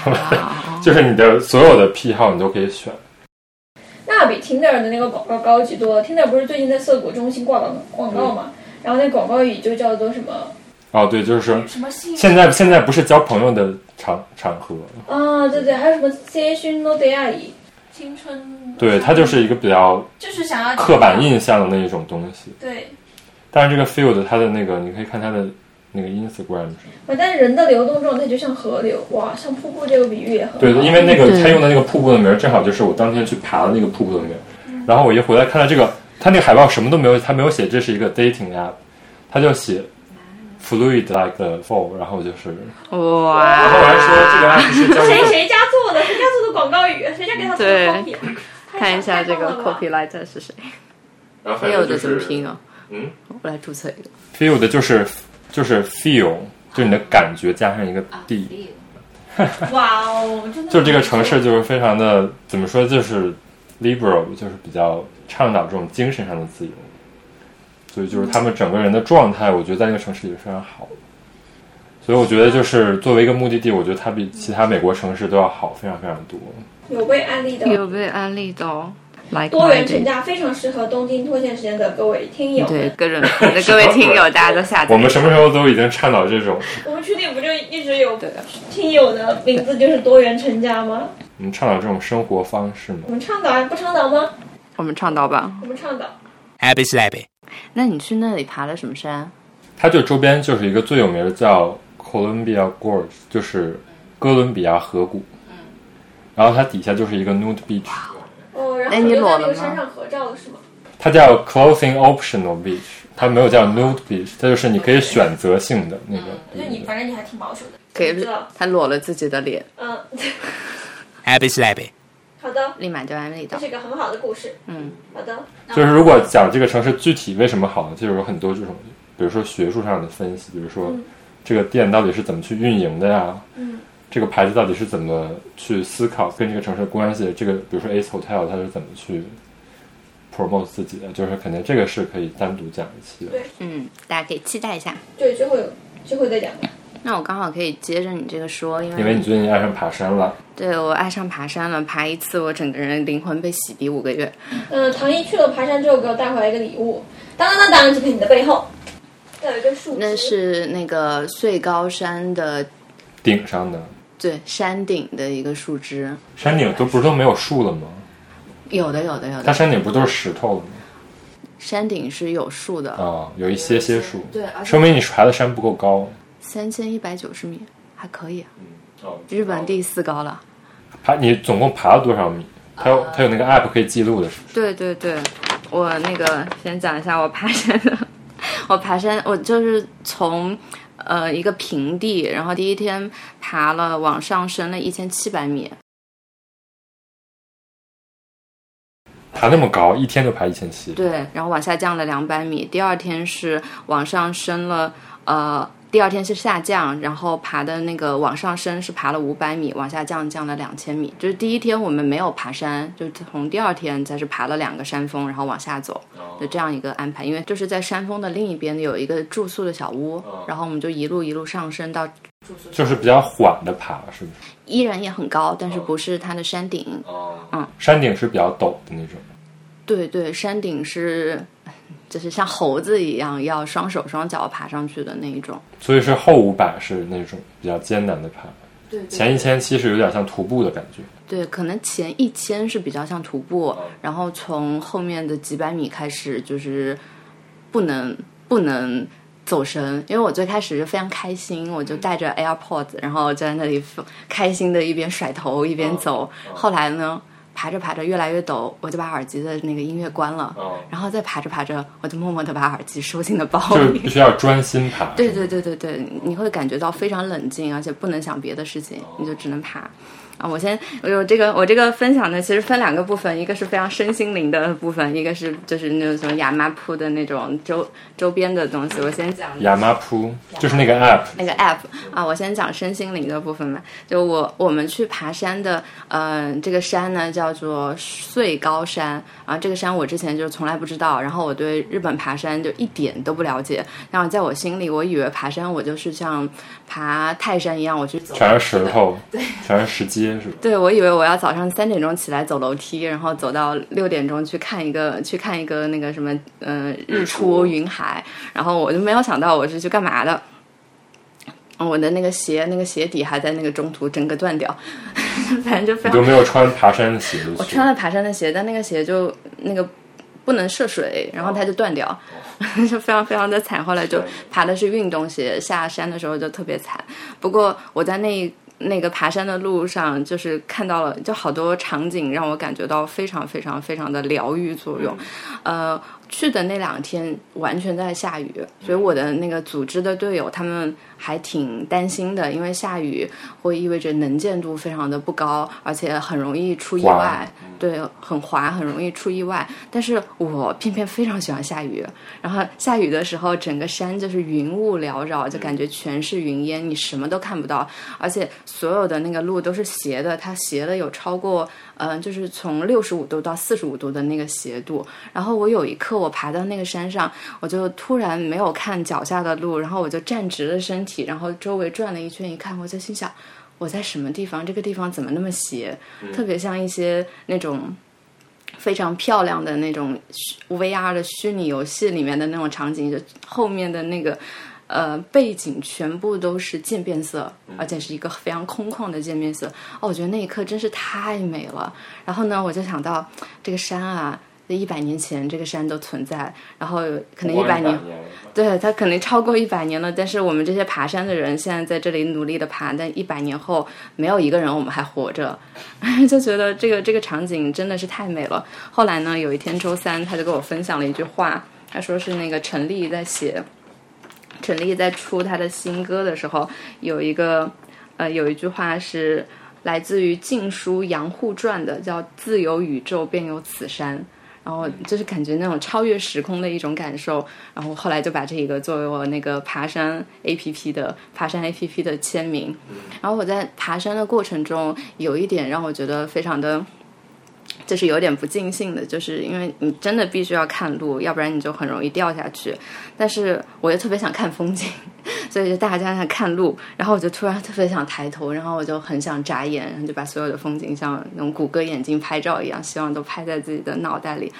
[SPEAKER 2] 哇
[SPEAKER 1] 就是你的所有的癖好你都可以选。
[SPEAKER 3] 那比 Tinder 的那个广告高级多了。Tinder 不是最近在涩谷中心挂广广告嘛？然后那广告语就叫做什么？
[SPEAKER 1] 哦，对，就是说
[SPEAKER 5] 什么信？
[SPEAKER 1] 现在现在不是交朋友的场场合，
[SPEAKER 3] 啊，对对，还有什么 C H No Day 阿姨，
[SPEAKER 5] 青春？
[SPEAKER 3] 嗯
[SPEAKER 1] 对，它就是一个比较
[SPEAKER 5] 就是想要
[SPEAKER 1] 刻板。印象的那种东西。
[SPEAKER 3] 对，
[SPEAKER 1] 但是这个 field 它的那个，你可以看它的那个 Instagram，
[SPEAKER 3] 哇但是人的流动状态就像河流，哇，像瀑布这个比喻也很好。
[SPEAKER 1] 对，因为那个
[SPEAKER 2] 对
[SPEAKER 1] 它用的那个瀑布的名儿，正好就是我当天去爬的那个瀑布的名儿。然后我一回来看到这个，它那个海报什么都没有，它没有写这是一个 dating app，它就写 fluid like the fall，然后就是，
[SPEAKER 2] 哦，
[SPEAKER 1] 然 后我还
[SPEAKER 2] 哇，
[SPEAKER 1] 说这个 app 是教
[SPEAKER 3] 谁
[SPEAKER 1] 你
[SPEAKER 3] 谁家做的？谁家做的广告语？谁家给他做的
[SPEAKER 2] 对
[SPEAKER 3] copy？
[SPEAKER 2] 看一下这个
[SPEAKER 3] 太棒了吧
[SPEAKER 2] copyright 是谁，
[SPEAKER 1] 然后还
[SPEAKER 2] 也
[SPEAKER 1] 有
[SPEAKER 2] 有
[SPEAKER 1] 就
[SPEAKER 2] 的
[SPEAKER 1] 是
[SPEAKER 2] 真拼哦，
[SPEAKER 1] 嗯，
[SPEAKER 2] 我来注册一个，
[SPEAKER 1] field 就是就是 feel，就是你的感觉加上一个
[SPEAKER 5] 啊
[SPEAKER 1] d，
[SPEAKER 5] 地
[SPEAKER 3] 哇哦，真的
[SPEAKER 1] 就是这个城市就是非常的怎么说，就是 liberal，就是比较倡导这种精神上的自由，所以就是他们整个人的状态，我觉得在那个城市里是非常好的。所以我觉得就是作为一个目的地，我觉得它比其他美国城市都要好非常非常多。
[SPEAKER 3] 有被安利的。
[SPEAKER 2] 有被安利到，like
[SPEAKER 3] 多元成家非常适合东京脱线时间的各位听友。
[SPEAKER 2] 对，各种 各位听友，大家都下载。
[SPEAKER 1] 我们什么时候都已经倡导这种，
[SPEAKER 3] 我们群里不就一直有
[SPEAKER 2] 对的
[SPEAKER 3] 听友的名字就是多元成家吗？
[SPEAKER 1] 我们嗯倡导这种生活方式嘛
[SPEAKER 3] 我？们倡导还不倡导吗？
[SPEAKER 2] 我们倡导吧？
[SPEAKER 3] 我们倡导。
[SPEAKER 4] Happy slappy.
[SPEAKER 2] 那你去那里爬了什么山？
[SPEAKER 1] 它就周边就是一个最有名的叫 Columbia Gorge，就是哥伦比亚河谷。然后它底下就是一个 nude beach，
[SPEAKER 3] 哦，然后
[SPEAKER 2] 哎
[SPEAKER 3] 我
[SPEAKER 2] 你
[SPEAKER 3] 就
[SPEAKER 2] 裸了
[SPEAKER 3] 在那个山
[SPEAKER 2] 吗
[SPEAKER 3] 上合照了是吗？
[SPEAKER 1] 它叫 clothing optional beach，它没有叫 nude beach，它就是你可以选择性的那个。
[SPEAKER 2] 嗯
[SPEAKER 3] 就你反正你还挺保守的，
[SPEAKER 2] 可
[SPEAKER 3] 我
[SPEAKER 2] 以
[SPEAKER 3] 知道，
[SPEAKER 2] 他裸了自己的脸，
[SPEAKER 3] 嗯，
[SPEAKER 4] Happy slappy.
[SPEAKER 3] 好的，
[SPEAKER 2] 立马就安利
[SPEAKER 3] 这
[SPEAKER 2] 到。
[SPEAKER 3] 是一个很好的故事。嗯，好的，
[SPEAKER 1] 就是如果讲这个城市具体为什么好，就有很多这种，比如说学术上的分析，比如说这个店到底是怎么去运营的呀，
[SPEAKER 3] 嗯，
[SPEAKER 1] 这个牌子到底是怎么去思考跟这个城市的关系，这个比如说 Ace Hotel 它是怎么去 promote 自己的，就是肯定这个是可以单独讲一期的。
[SPEAKER 3] 对
[SPEAKER 2] 嗯，大家可以期待一下。
[SPEAKER 3] 对，之后有之后再讲。
[SPEAKER 2] 那我刚好可以接着你这个说，因为
[SPEAKER 1] 因为你最近爱上爬山了，
[SPEAKER 2] 对我爱上爬山了，爬一次我整个人灵魂被洗涤五个月。
[SPEAKER 3] 嗯，唐一去了爬山之后，给我带回来一个礼物，当当当当，就在你的背后，带了一根树枝。
[SPEAKER 2] 那是那个穗高山的
[SPEAKER 1] 顶上的
[SPEAKER 2] 对山顶的一个树枝，
[SPEAKER 1] 山顶都不是都没有树了吗？
[SPEAKER 2] 有的有的有
[SPEAKER 1] 它
[SPEAKER 2] 的，
[SPEAKER 1] 山顶不都是石头的吗？
[SPEAKER 2] 山顶是有树
[SPEAKER 1] 啊、
[SPEAKER 2] 的，
[SPEAKER 1] 有一些些树，
[SPEAKER 5] 对，而且
[SPEAKER 1] 说明你爬的山不够高。
[SPEAKER 2] 三千一百九十米，还可以啊，
[SPEAKER 1] 哦，
[SPEAKER 2] 日本第四高了。
[SPEAKER 1] 爬你总共爬了多少米？它
[SPEAKER 2] 呃
[SPEAKER 1] 有它有那个 app 可以记录的，是不是？
[SPEAKER 2] 对对对，我那个先讲一下我爬山的， 我爬山我就是从呃一个平地，然后第一天爬了往上升了一千七百米，
[SPEAKER 1] 爬那么高，一天就爬一千七，
[SPEAKER 2] 对，然后往下降了两百米。第二天是往上升了，呃，第二天是下降，然后爬的那个往上升是爬了五百米，往下降降了两千米。就是第一天我们没有爬山，就从第二天才是爬了两个山峰，然后往下走，就这样一个安排。因为就是在山峰的另一边有一个住宿的小屋，然后我们就一路一路上升到
[SPEAKER 1] 就是比较缓的爬，是不是？
[SPEAKER 2] 依然也很高，但是不是它的山顶。
[SPEAKER 1] 山顶是比较陡的那种，
[SPEAKER 2] 对对，山顶是。 就是像猴子一样，要双手双脚爬上去的那一种。
[SPEAKER 1] 所以是后五百是那种比较艰难的爬，
[SPEAKER 2] 对对
[SPEAKER 1] 前一千七是有点像徒步的感觉。
[SPEAKER 2] 对，可能前一千是比较像徒步，然后从后面的几百米开始就是不能不能走神，因为我最开始就非常开心，我就带着 AirPods，然后在那里疯开心的一边甩头一边走。后来呢，爬着爬着越来越陡，我就把耳机的那个音乐关了，然后再爬着爬着，我就默默的把耳机收进了包
[SPEAKER 1] 就是
[SPEAKER 2] 里
[SPEAKER 1] 必。须要专心爬。
[SPEAKER 2] 哦对对对对对，你会感觉到非常冷静，而且不能想别的事情，你就只能爬。啊，我先我有这个我这个分享呢，其实分两个部分，一个是非常身心灵的部分，一个是就是那种什么亚麻铺的那种周周边的东西。我先讲
[SPEAKER 1] 亚麻扑就是那个 app，
[SPEAKER 2] 那个 app 啊，我先讲身心灵的部分吧。就我我们去爬山的，呃，这个山呢叫做穗高山啊，这个山我之前就从来不知道，然后我对日本爬山就一点都不了解。然后在我心里，我以为爬山我就是像爬泰山一样，我去走
[SPEAKER 1] 全是石 头，全是石阶，是吧？
[SPEAKER 2] 对，我以为我要早上三点钟起来走楼梯，然后走到六点钟去看一个去看一个那个什么，嗯、日出云海，然后我就没有想到我是去干嘛的。我的那个鞋，那个鞋底还在那个中途整个断掉， 反正就非
[SPEAKER 1] 你
[SPEAKER 2] 常
[SPEAKER 1] 都没有穿爬山的鞋子
[SPEAKER 2] 我
[SPEAKER 1] 去
[SPEAKER 2] 穿，了爬山的鞋，但那个鞋就那个不能涉水，然后它就断掉， 就非常非常的惨。后来就爬的哦是运动鞋，下山的时候就特别惨。不过我在那那个爬山的路上，就是看到了就好多场景，让我感觉到非常非常非常的疗愈作用。呃，去的那两天完全在下雨，所以我的那个组织的队友他们还挺担心的，因为下雨会意味着能见度非常的不高，而且很容易出意
[SPEAKER 1] 滑
[SPEAKER 2] 外，对，很滑，很容易出意外。但是我偏偏非常喜欢下雨，然后下雨的时候，整个山就是云雾缭绕，就感觉全是云烟，你什么都看不到，而且所有的那个路都是斜的，它斜的有超过，嗯、就是从六十五度到四十五度的那个斜度。然后我有一刻我爬到那个山上，我就突然没有看脚下的路，然后我就站直了身体，然后周围转了一圈一看，我就心想。我在什么地方？这个地方怎么那么斜？特别像一些那种非常漂亮的那种虚 VR 的虚拟游戏里面的那种场景，就后面的那个呃背景全部都是渐变色，而且是一个非常空旷的渐变色。哦，我觉得那一刻真是太美了。然后呢，我就想到这个山啊。一百年前，这个山都存在，然后可能一百年，对，它肯定超过一百年了。但是我们这些爬山的人，现在在这里努力的爬，但一百年后没有一个人我们还活着， 就觉得这个这个场景真的是太美了。后来呢，有一天周三，他就跟我分享了一句话，他说是那个陈粒在写，陈粒在出他的新歌的时候，有一个呃有一句话是来自于《晋书·杨户传》的，叫“自有宇宙，便有此山”。然后就是感觉那种超越时空的一种感受，然后后来就把这个作为我那个爬山 A P P 的爬山 A P P 的签名。然后我在爬山的过程中，有一点让我觉得非常的，就是有点不尽兴的，就是因为你真的必须要看路，要不然你就很容易掉下去。但是我又特别想看风景， 所以就大家想看路，然后我就突然特别想抬头，然后我就很想眨眼，然后就把所有的风景像那种谷歌眼睛拍照一样，希望都拍在自己的脑袋里。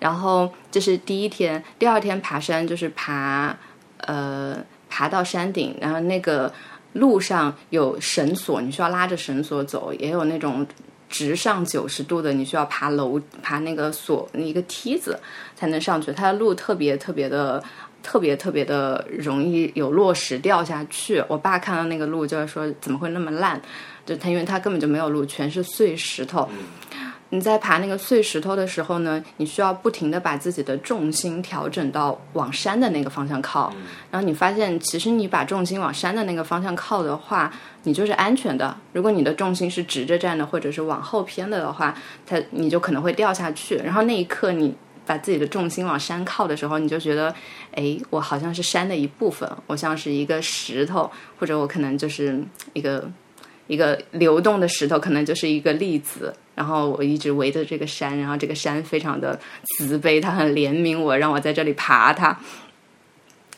[SPEAKER 2] 然后这是第一天，第二天爬山就是爬，呃，爬到山顶，然后那个路上有绳索，你需要拉着绳索走，也有那种直上九十度的，你需要爬楼爬那个索一个梯子才能上去。它的路特别特别的特别特别的容易有落石掉下去。我爸看到那个路就是说怎么会那么烂？就他因为他根本就没有路，全是碎石头。你在爬那个碎石头的时候呢，你需要不停的把自己的重心调整到往山的那个方向靠。然后你发现，其实你把重心往山的那个方向靠的话，你就是安全的。如果你的重心是直着站的，或者是往后偏的的话，它你就可能会掉下去。然后那一刻，你把自己的重心往山靠的时候，你就觉得，哎，我好像是山的一部分，我像是一个石头，或者我可能就是一个一个流动的石头，可能就是一个粒子。然后我一直围着这个山，然后这个山非常的慈悲，它很怜悯我，让我在这里爬它。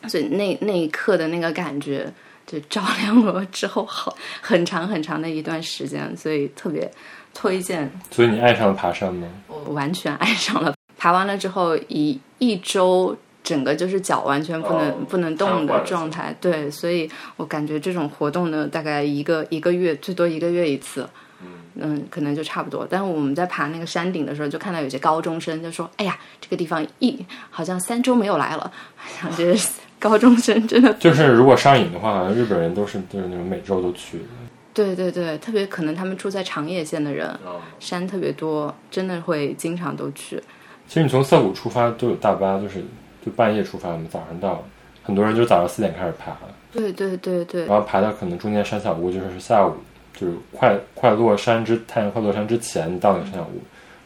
[SPEAKER 2] 所以那那一刻的那个感觉，就照亮了我之后好很长很长的一段时间，所以特别推荐
[SPEAKER 1] 所以你爱上了爬山吗？
[SPEAKER 2] 我完全爱上了。爬完了之后，一一周整个就是脚完全不能、
[SPEAKER 1] 哦
[SPEAKER 2] 不能动
[SPEAKER 1] 瘫痪
[SPEAKER 2] 的
[SPEAKER 1] 了
[SPEAKER 2] 状态，对，所以我感觉这种活动呢，大概一个一个月最多一个月一次。嗯，可能就差不多。但是我们在爬那个山顶的时候，就看到有些高中生就说：“哎呀，这个地方一好像三周没有来 了。”然后就是高中生真的
[SPEAKER 1] 就是如果上瘾的话，日本人都是就是那种每周都去。
[SPEAKER 2] 对对对，特别可能他们住在长野县的人，山特别多，真的会经常都去。
[SPEAKER 1] 其实你从涩谷出发都有大巴，就是就半夜出发嘛，早上到，很多人就早上四点开始爬，
[SPEAKER 2] 对对对对，
[SPEAKER 1] 然后爬到可能中间山小屋，就是下午就是快快落山之太阳快落山之前你到那个山小屋，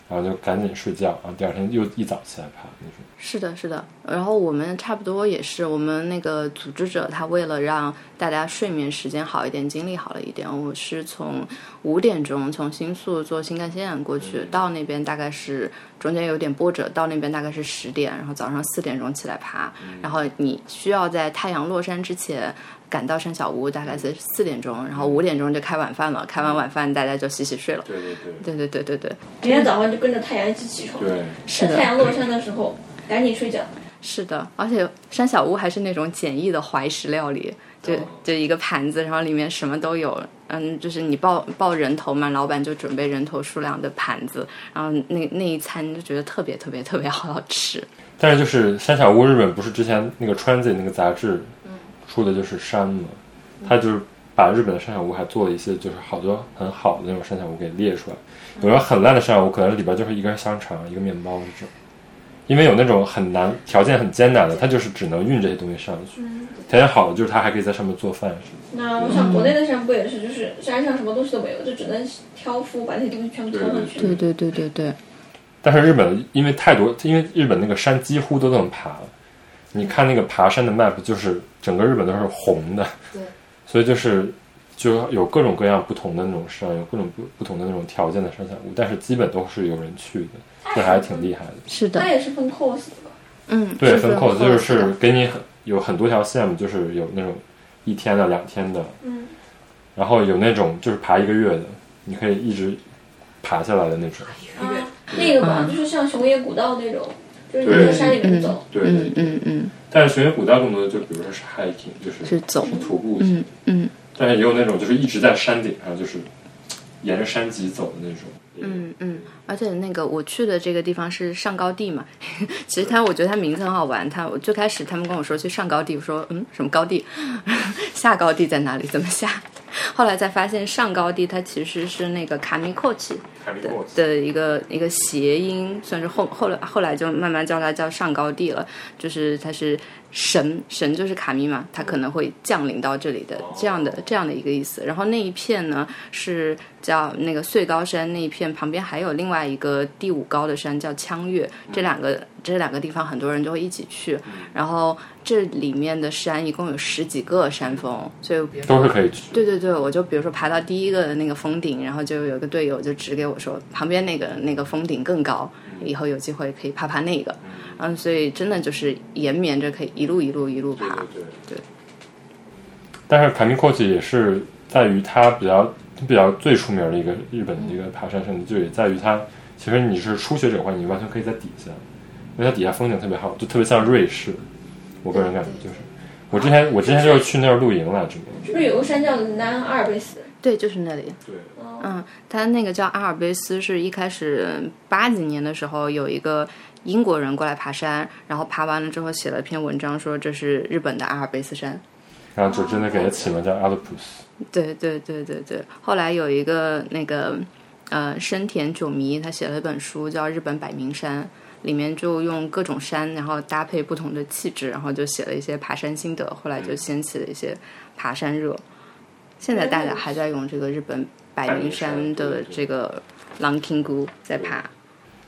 [SPEAKER 1] 然后就赶紧睡觉，然后第二天又一早起来爬。你说
[SPEAKER 2] 是的，是的。然后我们差不多也是，我们那个组织者他为了让大家睡眠时间好一点，精力好了一点，我是从五点钟从新宿坐新干线过去，到那边大概是中间有点波折，到那边大概是十点，然后早上四点钟起来爬，然后你需要在太阳落山之前。赶到山小屋大概是四点钟，然后五点钟就开晚饭了。开完晚饭，大家就洗洗睡了。
[SPEAKER 1] 对对对
[SPEAKER 2] 对对对对对，
[SPEAKER 3] 每天早上就跟着太阳一起起床，
[SPEAKER 1] 对，
[SPEAKER 2] 是的
[SPEAKER 3] 太。阳落山的时候赶紧睡觉。
[SPEAKER 2] 是的，而且山小屋还是那种简易的怀石料理，就就一个盘子，然后里面什么都有。嗯，就是你报报人头嘛，老板就准备人头数量的盘子，然后那那一餐就觉得特别特别特别好吃。
[SPEAKER 1] 但是就是山小屋，日本不是之前那个川子那个杂志出的就是山嘛，他就是把日本的山小屋还做了一些就是好多很好的那种山小屋给列出来，有的很烂的山小屋可能里边就是一根香肠一个面包这种，因为有那种很难条件很艰难的，他就是只能运这些东西上去，条件好的就是他还可以在上面做饭什么
[SPEAKER 3] 那我想国内的山不也是，就是山上什么东西都没有，就只能挑夫把那些东西全部挑上去。
[SPEAKER 2] 对对对对对，
[SPEAKER 1] 但是日本因为太多，因为日本那个山几乎都这么爬了，你看那个爬山的 map，就是整个日本都是红的，
[SPEAKER 2] 对，
[SPEAKER 1] 所以就是就有各种各样不同的那种山，有各种不不同的那种条件的山小屋，但是基本都是有人去的，这还挺厉害的。
[SPEAKER 2] 是的
[SPEAKER 3] 它，也是分 course 的吧？
[SPEAKER 2] 嗯，
[SPEAKER 1] 对，
[SPEAKER 2] 是
[SPEAKER 1] 分扣
[SPEAKER 2] 扣
[SPEAKER 1] 就
[SPEAKER 2] 的
[SPEAKER 1] 是给你很有很多条线嘛，就是有那种一天的、两天的，
[SPEAKER 3] 嗯，
[SPEAKER 1] 然后有那种就是爬一个月的，你可以一直爬下来的那种。
[SPEAKER 3] 啊，那个
[SPEAKER 2] 嗯
[SPEAKER 3] 吧，就是像熊野古道那种，就是你在山里面走，
[SPEAKER 1] 对
[SPEAKER 2] 嗯嗯嗯，
[SPEAKER 1] 但是学院古道更多的就比如说是 hiking，就是
[SPEAKER 2] 是走，
[SPEAKER 1] 徒步，
[SPEAKER 2] 嗯嗯
[SPEAKER 1] 但是也有那种就是一直在山顶上，就是沿着山脊走的那种。
[SPEAKER 2] 嗯嗯，而且那个我去的这个地方是上高地嘛， 其实它我觉得它名字很好玩。它我最开始他们跟我说去上高地，我说嗯什么高地， 下高地在哪里？怎么下？ 后来才发现上高地它其实是那个卡米阔奇
[SPEAKER 1] 还没
[SPEAKER 2] 的
[SPEAKER 1] 过
[SPEAKER 2] 的一个一个谐音，算是后后来后来就慢慢叫它叫上高地了。就是它是神神就是卡米嘛，它可能会降临到这里的这样的这样的一个意思。然后那一片呢是叫那个穗高山那一片，旁边还有另外一个第五高的山叫枪月，这两个这两个地方很多人就会一起去。然后这里面的山一共有十几个山峰，所以
[SPEAKER 1] 都是可以去。
[SPEAKER 2] 对对对，我就比如说爬到第一个的那个峰顶，然后就有一个队友就指给我说，旁边那个那个峰顶更高，以后有机会可以爬爬那个。嗯，所以真的就是延绵着可以一路一路一路爬。对
[SPEAKER 1] 但是卡米阔奇也是在于它比较比较最出名的一个日本的一个爬山胜地，就也在于它其实你是初学者的话，你完全可以在底下，因为它底下风景特别好，就特别像瑞士。我个人感觉就是，我之前我之前就是去那儿露营来着。
[SPEAKER 3] 是不是有个山叫南阿尔卑斯？
[SPEAKER 2] 对，就是那里。
[SPEAKER 1] 对，
[SPEAKER 2] 嗯，它那个叫阿尔卑斯，是一开始八几年的时候有一个英国人过来爬山，然后爬完了之后写了篇文章说这是日本的阿尔卑斯山。
[SPEAKER 1] 然后就真的给它起名叫阿鲁普斯。
[SPEAKER 2] 对对对对对，后来有一个那个呃深田久弥，他写了一本书叫《日本百名山》，里面就用各种山，然后搭配不同的气质，然后就写了一些爬山心得，后来就掀起了一些爬山热。现在大家还在用这个日本百名山的这个 Lankingu 在爬，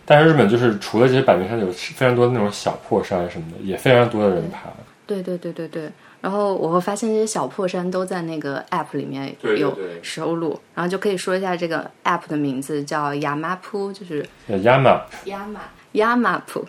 [SPEAKER 1] 但是日本就是除了这些百名山，有非常多那种小破山什么的，也非常多的人爬。
[SPEAKER 2] 对对对对对。然后我会发现这些小破山都在那个 app 里面
[SPEAKER 1] 对对
[SPEAKER 2] 有
[SPEAKER 1] 对
[SPEAKER 2] 收录，然后就可以说一下这个 app 的名字叫 Yamapu，就是
[SPEAKER 1] 呃，Yama，
[SPEAKER 5] Yama
[SPEAKER 2] Yamapu，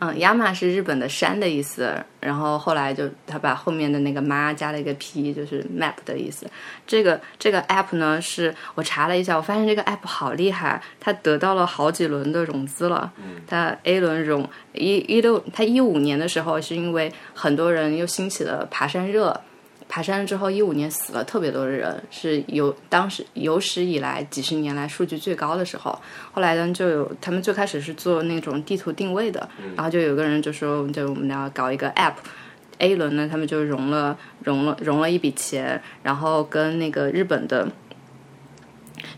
[SPEAKER 2] 嗯，Yama 是日本的山的意思，然后后来就他把后面的那个 ma 加了一个 p，就是 map 的意思。这个这个 app 呢，是我查了一下，我发现这个 app 好厉害，它得到了好几轮的融资了。它 A 轮融一一六，它一五年的时候是因为很多人又兴起了爬山热，爬山之后，一五年死了特别多的人，是有当时有史以来几十年来数据最高的时候。后来呢，就有他们最开始是做那种地图定位的，然后就有个人就说，就我们要搞一个 app。A 轮呢，他们就融了融了融了一笔钱，然后跟那个日本的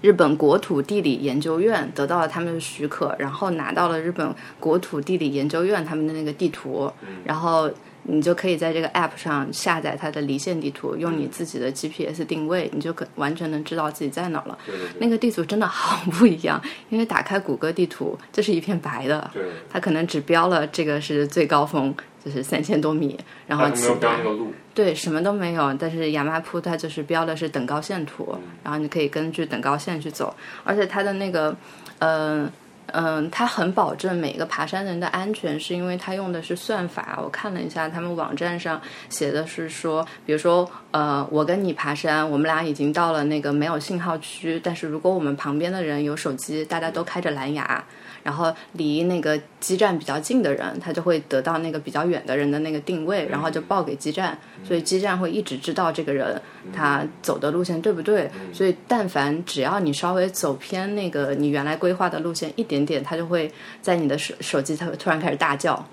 [SPEAKER 2] 日本国土地理研究院得到了他们的许可，然后拿到了日本国土地理研究院他们的那个地图，然后你就可以在这个 App 上下载它的离线地图，用你自己的 GPS 定位，你就可完全能知道自己在哪儿了。那个地图真的好不一样，因为打开谷歌地图，这是一片白的，它可能只标了这个是最高峰，就是三千多米，然后其他
[SPEAKER 1] 路。
[SPEAKER 2] 对，什么都没有，但是雅马铺它就是标的是等高线图，然后你可以根据等高线去走，而且它的那个，嗯、嗯、它很保证每个爬山人的安全，是因为它用的是算法。我看了一下他们网站上写的是说，比如说，呃，我跟你爬山，我们俩已经到了那个没有信号区，但是如果我们旁边的人有手机，大家都开着蓝牙。然后离那个基站比较近的人，他就会得到那个比较远的人的那个定位，然后就报给基站，所以基站会一直知道这个人他走的路线对不对。所以但凡只要你稍微走偏那个你原来规划的路线一点点，他就会在你的手手机它会突然开始大叫，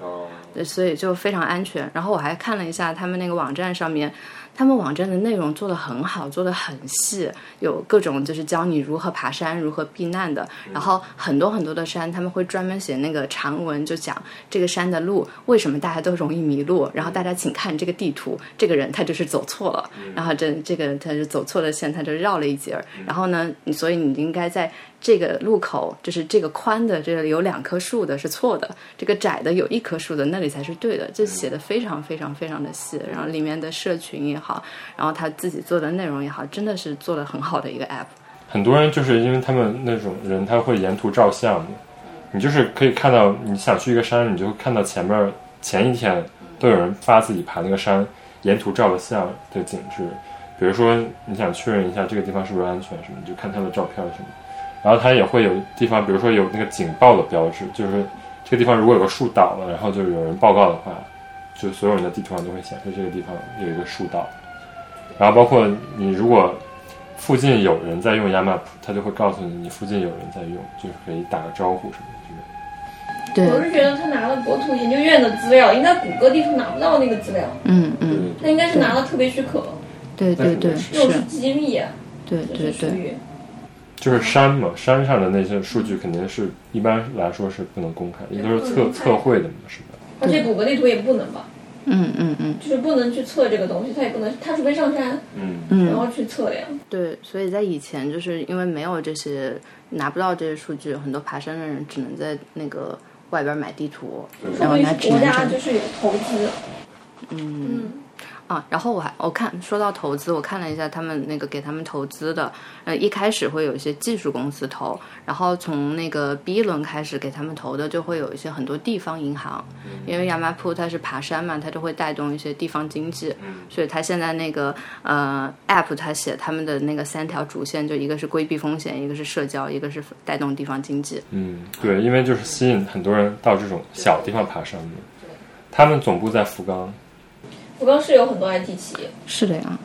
[SPEAKER 2] 对，所以就非常安全。然后我还看了一下他们那个网站上面。他们网站的内容做得很好，做得很细，有各种就是教你如何爬山、如何避难的。然后很多很多的山，他们会专门写那个长文，就讲这个山的路为什么大家都容易迷路。然后大家请看这个地图，这个人他就是走错了，然后这这个他就走错了线，他就绕了一截儿。然后呢，你所以你应该在这个路口，就是这个宽的，这个有两棵树的是错的，这个窄的有一棵树的，那里才是对的。这写的非常非常非常的细，然后里面的社群也好，然后他自己做的内容也好，真的是做的很好的一个 app。
[SPEAKER 1] 很多人就是因为他们那种人，他会沿途照相，你就是可以看到，你想去一个山，你就会看到前面前一天都有人发自己爬那个山沿途照的相的景致，比如说你想确认一下这个地方是不是安全什么，你就看他的照片什么，然后它也会有地方，比如说有那个警报的标志，就是这个地方如果有个树倒了，然后就有人报告的话，就所有人的地图上都会显示这个地方有一个树倒，然后包括你如果附近有人在用 Yamap，他就会告诉你你附近有人在用，就是可以打个招呼什么的。就是
[SPEAKER 2] 嗯
[SPEAKER 3] 我是觉得他拿了国土研究院的资料，应该谷歌地图拿不到那个资料，
[SPEAKER 2] 嗯嗯，
[SPEAKER 1] 对
[SPEAKER 3] 他应该是拿了特别许可，
[SPEAKER 2] 对对对，
[SPEAKER 1] 是
[SPEAKER 3] 这种
[SPEAKER 2] 是
[SPEAKER 3] 是，机密啊，
[SPEAKER 2] 对
[SPEAKER 3] 就
[SPEAKER 2] 对
[SPEAKER 3] 是属
[SPEAKER 2] 对。
[SPEAKER 3] 于
[SPEAKER 1] 就是山嘛，山上的那些数据肯定是一般来说是不能公开，也都是测测绘的嘛，是吧？
[SPEAKER 3] 而且谷歌地图也不能吧，
[SPEAKER 2] 嗯嗯嗯，
[SPEAKER 3] 就是不能去测这个东西，它也不能，它除非上山，
[SPEAKER 1] 嗯，
[SPEAKER 2] 嗯
[SPEAKER 3] 然后去测量。
[SPEAKER 2] 对，所以在以前就是因为没有这些，拿不到这些数据，很多爬山的人只能在那个外边买地图，
[SPEAKER 3] 说
[SPEAKER 2] 然后
[SPEAKER 3] 明
[SPEAKER 2] 拿
[SPEAKER 3] 是
[SPEAKER 2] 指
[SPEAKER 3] 国
[SPEAKER 2] 南
[SPEAKER 3] 家
[SPEAKER 2] 针。
[SPEAKER 3] 就是有投资，
[SPEAKER 2] 啊，然后我还我看说到投资，我看了一下他们那个给他们投资的，呃，一开始会有一些技术公司投，然后从那个 B 轮开始给他们投的，就会有一些很多地方银行，因为亚麻铺它是爬山嘛，它就会带动一些地方经济，所以它现在那个呃 App 它写他们的那个三条主线，就一个是规避风险，一个是社交，一个是带动地方经济。
[SPEAKER 1] 嗯，对，因为就是吸引很多人到这种小地方爬山嘛。他们总部在福冈，
[SPEAKER 3] 福冈是有很多 IT 企业，
[SPEAKER 2] 是的呀，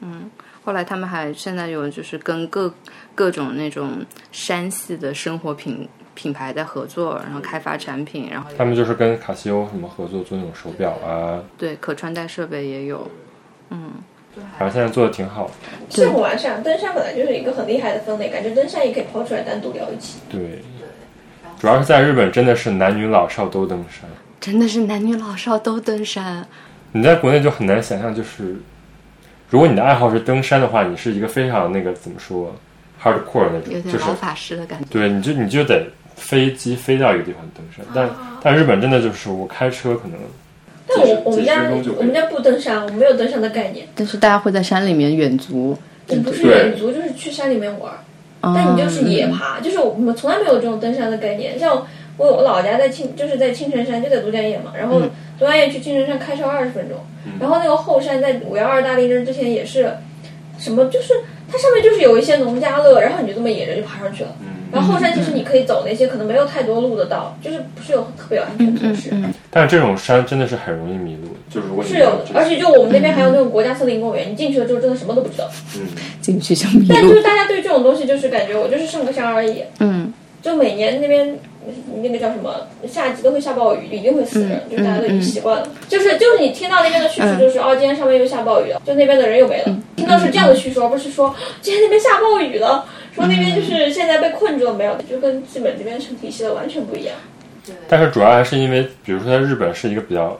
[SPEAKER 2] 嗯，后来他们还现在有就是跟各各种那种山系的生活品品牌在合作，然后开发产品，然后
[SPEAKER 1] 他们就是跟卡西欧什么合作做那种手表啊，
[SPEAKER 2] 对可穿戴设备也有。
[SPEAKER 1] 反正现在做的挺好的。
[SPEAKER 3] 是很完善。登山本来就是一个很厉害的分类，感觉登山也可以抛出来单独聊一期。
[SPEAKER 1] 对，主要是在日本真的是男女老少都登山，
[SPEAKER 2] 真的是男女老少都登山，
[SPEAKER 1] 你在国内就很难想象，就是如果你的爱好是登山的话，你是一个非常那个怎么说 hardcore 那
[SPEAKER 2] 有
[SPEAKER 1] 种，
[SPEAKER 2] 点
[SPEAKER 1] 就是
[SPEAKER 2] 老法师的感觉。
[SPEAKER 1] 对，你就你就得飞机飞到一个地方登
[SPEAKER 2] 哦
[SPEAKER 1] 山，但但日本真的就是我开车可能
[SPEAKER 3] 但
[SPEAKER 1] 几十
[SPEAKER 3] 我我们
[SPEAKER 1] 几十
[SPEAKER 3] 家
[SPEAKER 1] 分钟就可以
[SPEAKER 3] 我们家不登山，我们没有登山的概念。
[SPEAKER 2] 但是大家会在山里面远足，
[SPEAKER 3] 我们不是
[SPEAKER 1] 对
[SPEAKER 3] 远足，就是去山里面玩儿。
[SPEAKER 2] 嗯
[SPEAKER 3] 但你就是野爬，就是我们从来没有这种登山的概念。像我我姥姥家在青，就是在青城山，就在都江堰嘛。然后都江堰去青城山开车二十分钟，然后那个后山在五幺二大地震之前也是，什么就是它上面就是有一些农家乐，然后你就这么野着就爬上去了。然后后山其实你可以走那些可能没有太多路的道，就是不是有特别安全的措施，
[SPEAKER 1] 但是这种山真的是很容易迷路的，就是如果你
[SPEAKER 3] 是
[SPEAKER 1] 没
[SPEAKER 3] 有的。
[SPEAKER 1] 这
[SPEAKER 3] 而且就我们那边还有那种国家森林公园，你进去了之后真的什么都不知道。
[SPEAKER 1] 嗯
[SPEAKER 2] 进去就迷
[SPEAKER 3] 但就
[SPEAKER 2] 路
[SPEAKER 3] 是。大家对这种东西就是感觉我就是上个山而已。
[SPEAKER 2] 嗯，
[SPEAKER 3] 就每年那边那个叫什么，夏季都会下暴雨，一定会死人，
[SPEAKER 2] 嗯
[SPEAKER 3] 就大家都已经习惯了。就是就是你听到那边的叙述，就是、哦，今天上面又下暴雨了，就那边的人又没
[SPEAKER 2] 嗯
[SPEAKER 3] 了。听到是这样的叙述，而不是说今天那边下暴雨了，说那边
[SPEAKER 2] 嗯
[SPEAKER 3] 就是现在被困住了没有，就跟日本这边成体系的完全不一样。
[SPEAKER 1] 但是主要还是因为，比如说在日本是一个比较，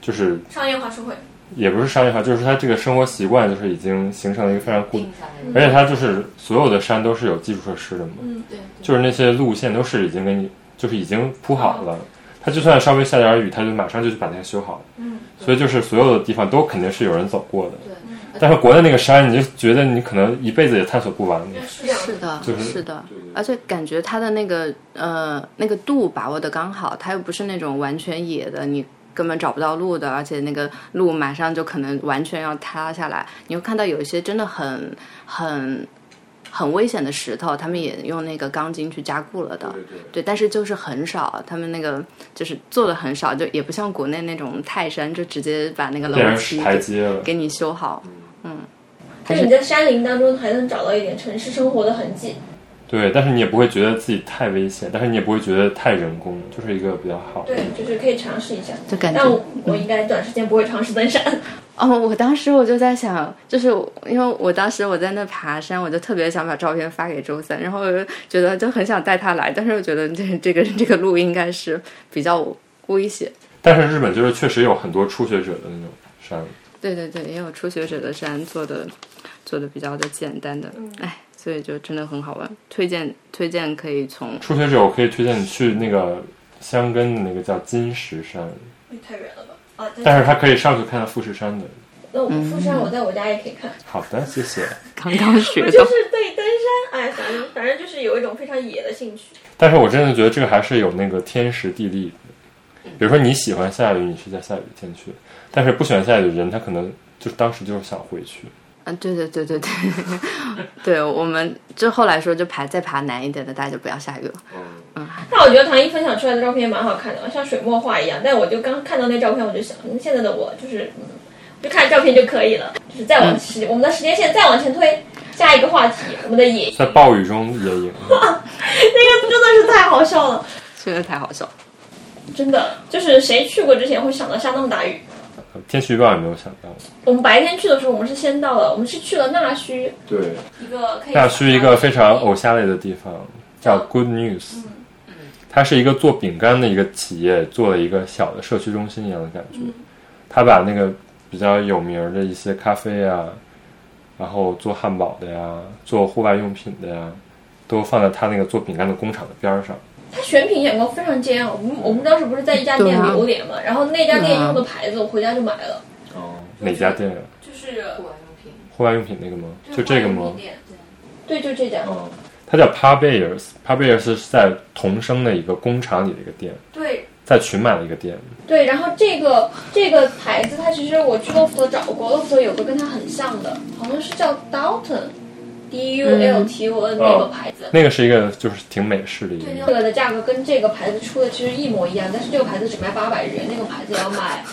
[SPEAKER 1] 就是
[SPEAKER 3] 商业化社会，
[SPEAKER 1] 也不是商业化，就是它这个生活习惯就是已经形成了一个非常固定，而且它就是所有的山都是有基础设施的嘛，
[SPEAKER 3] 嗯，
[SPEAKER 5] 对，
[SPEAKER 1] 就是那些路线都是已经给你就是已经铺好了，它就算稍微下点雨，它就马上就去把它修好，
[SPEAKER 3] 嗯，
[SPEAKER 1] 所以就是所有的地方都肯定是有人走过的
[SPEAKER 5] 对，
[SPEAKER 1] 但是国内那个山，你就觉得你可能一辈子也探索不完的，
[SPEAKER 3] 是这样
[SPEAKER 2] 是的，
[SPEAKER 1] 就是
[SPEAKER 2] 是的，而且感觉它的那个呃那个度把握的刚好，它又不是那种完全野的，你根本找不到路的，而且那个路马上就可能完全要塌下来。你会看到有一些真的很很很危险的石头，他们也用那个钢筋去加固了的，对，但是就是很少，他们那个就是做的很少，就也不像国内那种泰山，就直接把那个楼
[SPEAKER 1] 变成
[SPEAKER 2] 梯
[SPEAKER 1] 台
[SPEAKER 2] 给
[SPEAKER 1] 阶了。
[SPEAKER 2] 给你修好。
[SPEAKER 3] 就是你在山林当中还能找到一点城市生活的痕迹。
[SPEAKER 1] 对，但是你也不会觉得自己太危险，但是你也不会觉得太人工，就是一个比较好的
[SPEAKER 3] 对。，就是可以尝试一下。
[SPEAKER 2] 就感觉
[SPEAKER 3] 但我我应该短时间不会尝试登山。
[SPEAKER 2] 哦，我当时我就在想，就是因为我当时我在那爬山，我就特别想把照片发给周三，然后我就觉得就很想带他来，但是我觉得这这个这个路应该是比较危险。
[SPEAKER 1] 但是日本就是确实有很多初学者的那种山，
[SPEAKER 2] 对对对，也有初学者的山做的做的比较的简单的，
[SPEAKER 3] 嗯
[SPEAKER 2] 哎，所以就真的很好玩，推荐推荐可以 从
[SPEAKER 1] 初学者我可以推荐你去那个香根的那个叫金石山，
[SPEAKER 3] 太远了吧？嗯啊，
[SPEAKER 1] 但是它可以上去看看富士山的。
[SPEAKER 3] 那我富山，我在我家也可以看。
[SPEAKER 1] 好的，谢谢。
[SPEAKER 2] 刚刚学
[SPEAKER 3] 我
[SPEAKER 2] 到
[SPEAKER 3] 就。是对登山，哎，反正反正就是有一种非常野的兴趣。
[SPEAKER 1] 但是我真的觉得这个还是有那个天时地利的，比如说你喜欢下雨，你是在下雨天去，但是不喜欢下雨的人，他可能就当时就是想回去。
[SPEAKER 2] 嗯，对对对对对，对我们就后来说就爬再爬难一点的，大家就不要下雨了。
[SPEAKER 3] 但我觉得唐一分享出来的照片也蛮好看的，像水墨画一样。但我就刚看到那照片，我就想，嗯现在的我就是，嗯，就看照片就可以了。就是再往
[SPEAKER 1] 嗯
[SPEAKER 3] 时、我们的时间线再往前推，下一个话题，我们的野，
[SPEAKER 1] 在暴雨中野营，
[SPEAKER 3] 那个真的是太好笑了，
[SPEAKER 2] 真的太好笑了。
[SPEAKER 3] 真的就是谁去过之前会想到下那么大雨。
[SPEAKER 1] 天气预报也没有想到。
[SPEAKER 3] 我们白天去的时候，我们是先到了，我们是去了纳须
[SPEAKER 1] 对，
[SPEAKER 3] 一个可以
[SPEAKER 1] 大区一个非常偶像类的地方，叫 Good News。它是一个做饼干的一个企业，做了一个小的社区中心一样的感觉。他把那个比较有名儿的一些咖啡啊，然后做汉堡的呀，做户外用品的呀，都放在他那个做饼干的工厂的边儿上。
[SPEAKER 3] 他选品眼光非常尖啊！我
[SPEAKER 1] 嗯
[SPEAKER 3] 们我们当时不是在一家店
[SPEAKER 2] 对啊
[SPEAKER 3] 榴莲嘛，然后那家店
[SPEAKER 2] 对啊
[SPEAKER 3] 用的牌子，我回家就买了，
[SPEAKER 1] 哪家店啊？
[SPEAKER 3] 就是
[SPEAKER 1] 户外用品那个吗？就这个吗？
[SPEAKER 3] 对，就这家。
[SPEAKER 1] 嗯，它叫 Pabayers。Pabayers 是在同生的一个工厂里的一个店，
[SPEAKER 3] 对
[SPEAKER 1] 在群马的一个店。
[SPEAKER 3] 对，然后这个这个牌子，它其实我去乐福特找过，乐福特有个跟它很像的，好像是叫 Dalton，D U L T O
[SPEAKER 1] 嗯
[SPEAKER 3] N 那个牌子。
[SPEAKER 1] 那个是一个就是挺美式的一个
[SPEAKER 3] 对，
[SPEAKER 1] 店。
[SPEAKER 3] 那个的价格跟这个牌子出的其实一模一样，但是这个牌子只卖八百日元，那个牌子要卖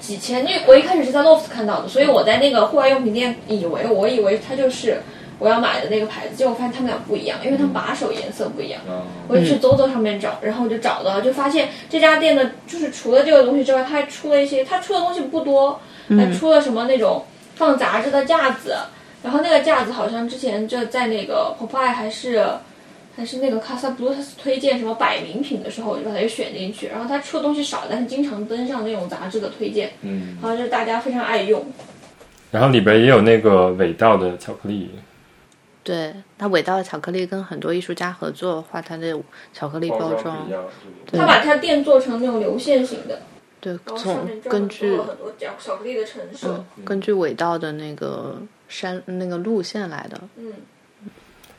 [SPEAKER 3] 几千。那我一开始是在 Loft 看到的，所以我在那个户外用品店以为我以为它就是我要买的那个牌子，结果我发现他们俩不一样，因为他们把手颜色不一样。
[SPEAKER 1] 嗯
[SPEAKER 3] 我就去搜搜上面找，然后我就找到，就发现这家店的，就是除了这个东西之外，它还出了一些，它出的东西不多，还出了什么那种放杂志的架子，然后那个架子好像之前就在那个 Popeye 还是还是那个 Casa b l u e 推荐什么百名品的时候，我就把它给选进去，然后它出的东西少，但是经常登上那种杂志的推荐，
[SPEAKER 1] 嗯，
[SPEAKER 3] 然后就是大家非常爱用，
[SPEAKER 1] 然后里边也有那个伪造的巧克力，
[SPEAKER 2] 对，它伟大的巧克力跟很多艺术家合作画它的巧克力包装，
[SPEAKER 1] 样，
[SPEAKER 2] 对
[SPEAKER 3] 他把它店做成那种流线型的，
[SPEAKER 2] 对，
[SPEAKER 3] 然后上
[SPEAKER 2] 从
[SPEAKER 3] 面专
[SPEAKER 2] 根
[SPEAKER 3] 门做
[SPEAKER 2] 据
[SPEAKER 3] 了很多巧巧克力的陈设，
[SPEAKER 1] 嗯
[SPEAKER 2] 根据伟大的那个山那个路线来的，
[SPEAKER 3] 嗯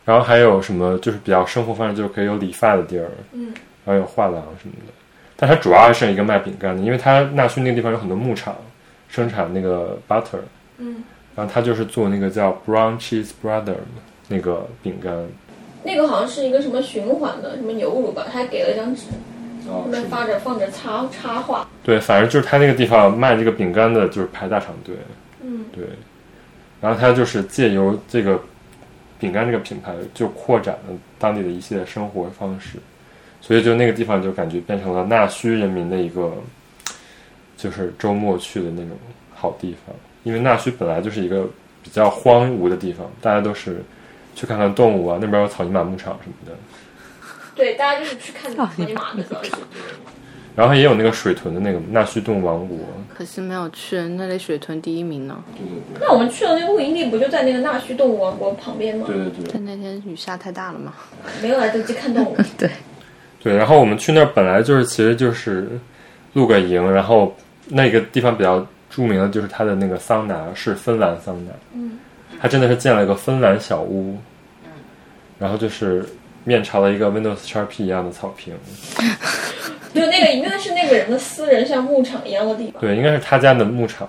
[SPEAKER 1] 然后还有什么就是比较生活范式，就是可以有理发的地儿，
[SPEAKER 3] 嗯，
[SPEAKER 1] 然后有画廊什么的。但它主要还是一个卖饼干的，因为它纳区那个地方有很多牧场，生产那个 butter，
[SPEAKER 3] 嗯。
[SPEAKER 1] 然后它就是做那个叫 brown cheese brother 那个饼干。
[SPEAKER 3] 那个好像是一个什么循环的，什么牛乳吧，他还给了张纸，
[SPEAKER 1] 哦
[SPEAKER 3] 上面发着放着插插画。
[SPEAKER 1] 对，反正就是他那个地方卖这个饼干的，就是排大长队。
[SPEAKER 3] 嗯，
[SPEAKER 1] 对。然后他就是借由这个饼干这个品牌，就扩展了当地的一系列生活方式，所以就那个地方就感觉变成了纳须人民的一个，就是周末去的那种好地方。因为纳须本来就是一个比较荒芜的地方，大家都是去看看动物啊，那边有草泥马牧场什么的，
[SPEAKER 3] 对，大家就是去看草泥 马的，主要是。
[SPEAKER 1] 然后也有那个水豚的那个纳须动物王国。
[SPEAKER 2] 可惜没有去那里水豚第一名呢。
[SPEAKER 1] 对对
[SPEAKER 3] 那我们去的那个露营地不就在那个纳须动物王国旁边吗？
[SPEAKER 1] 对对对。
[SPEAKER 2] 但那天雨下太大了嘛，
[SPEAKER 3] 没有来得及看动物。
[SPEAKER 1] 对，然后我们去那儿本来就是，其实就是露个营，然后那个地方比较著名的就是它的那个桑拿是芬兰桑拿，
[SPEAKER 3] 嗯，
[SPEAKER 1] 它真的是建了一个芬兰小屋，然后就是面朝了一个 Windows XP 一样的草坪，
[SPEAKER 3] 就那个应该是那个人的私人像牧场一样的地方，
[SPEAKER 1] 对，应该是他家的牧场，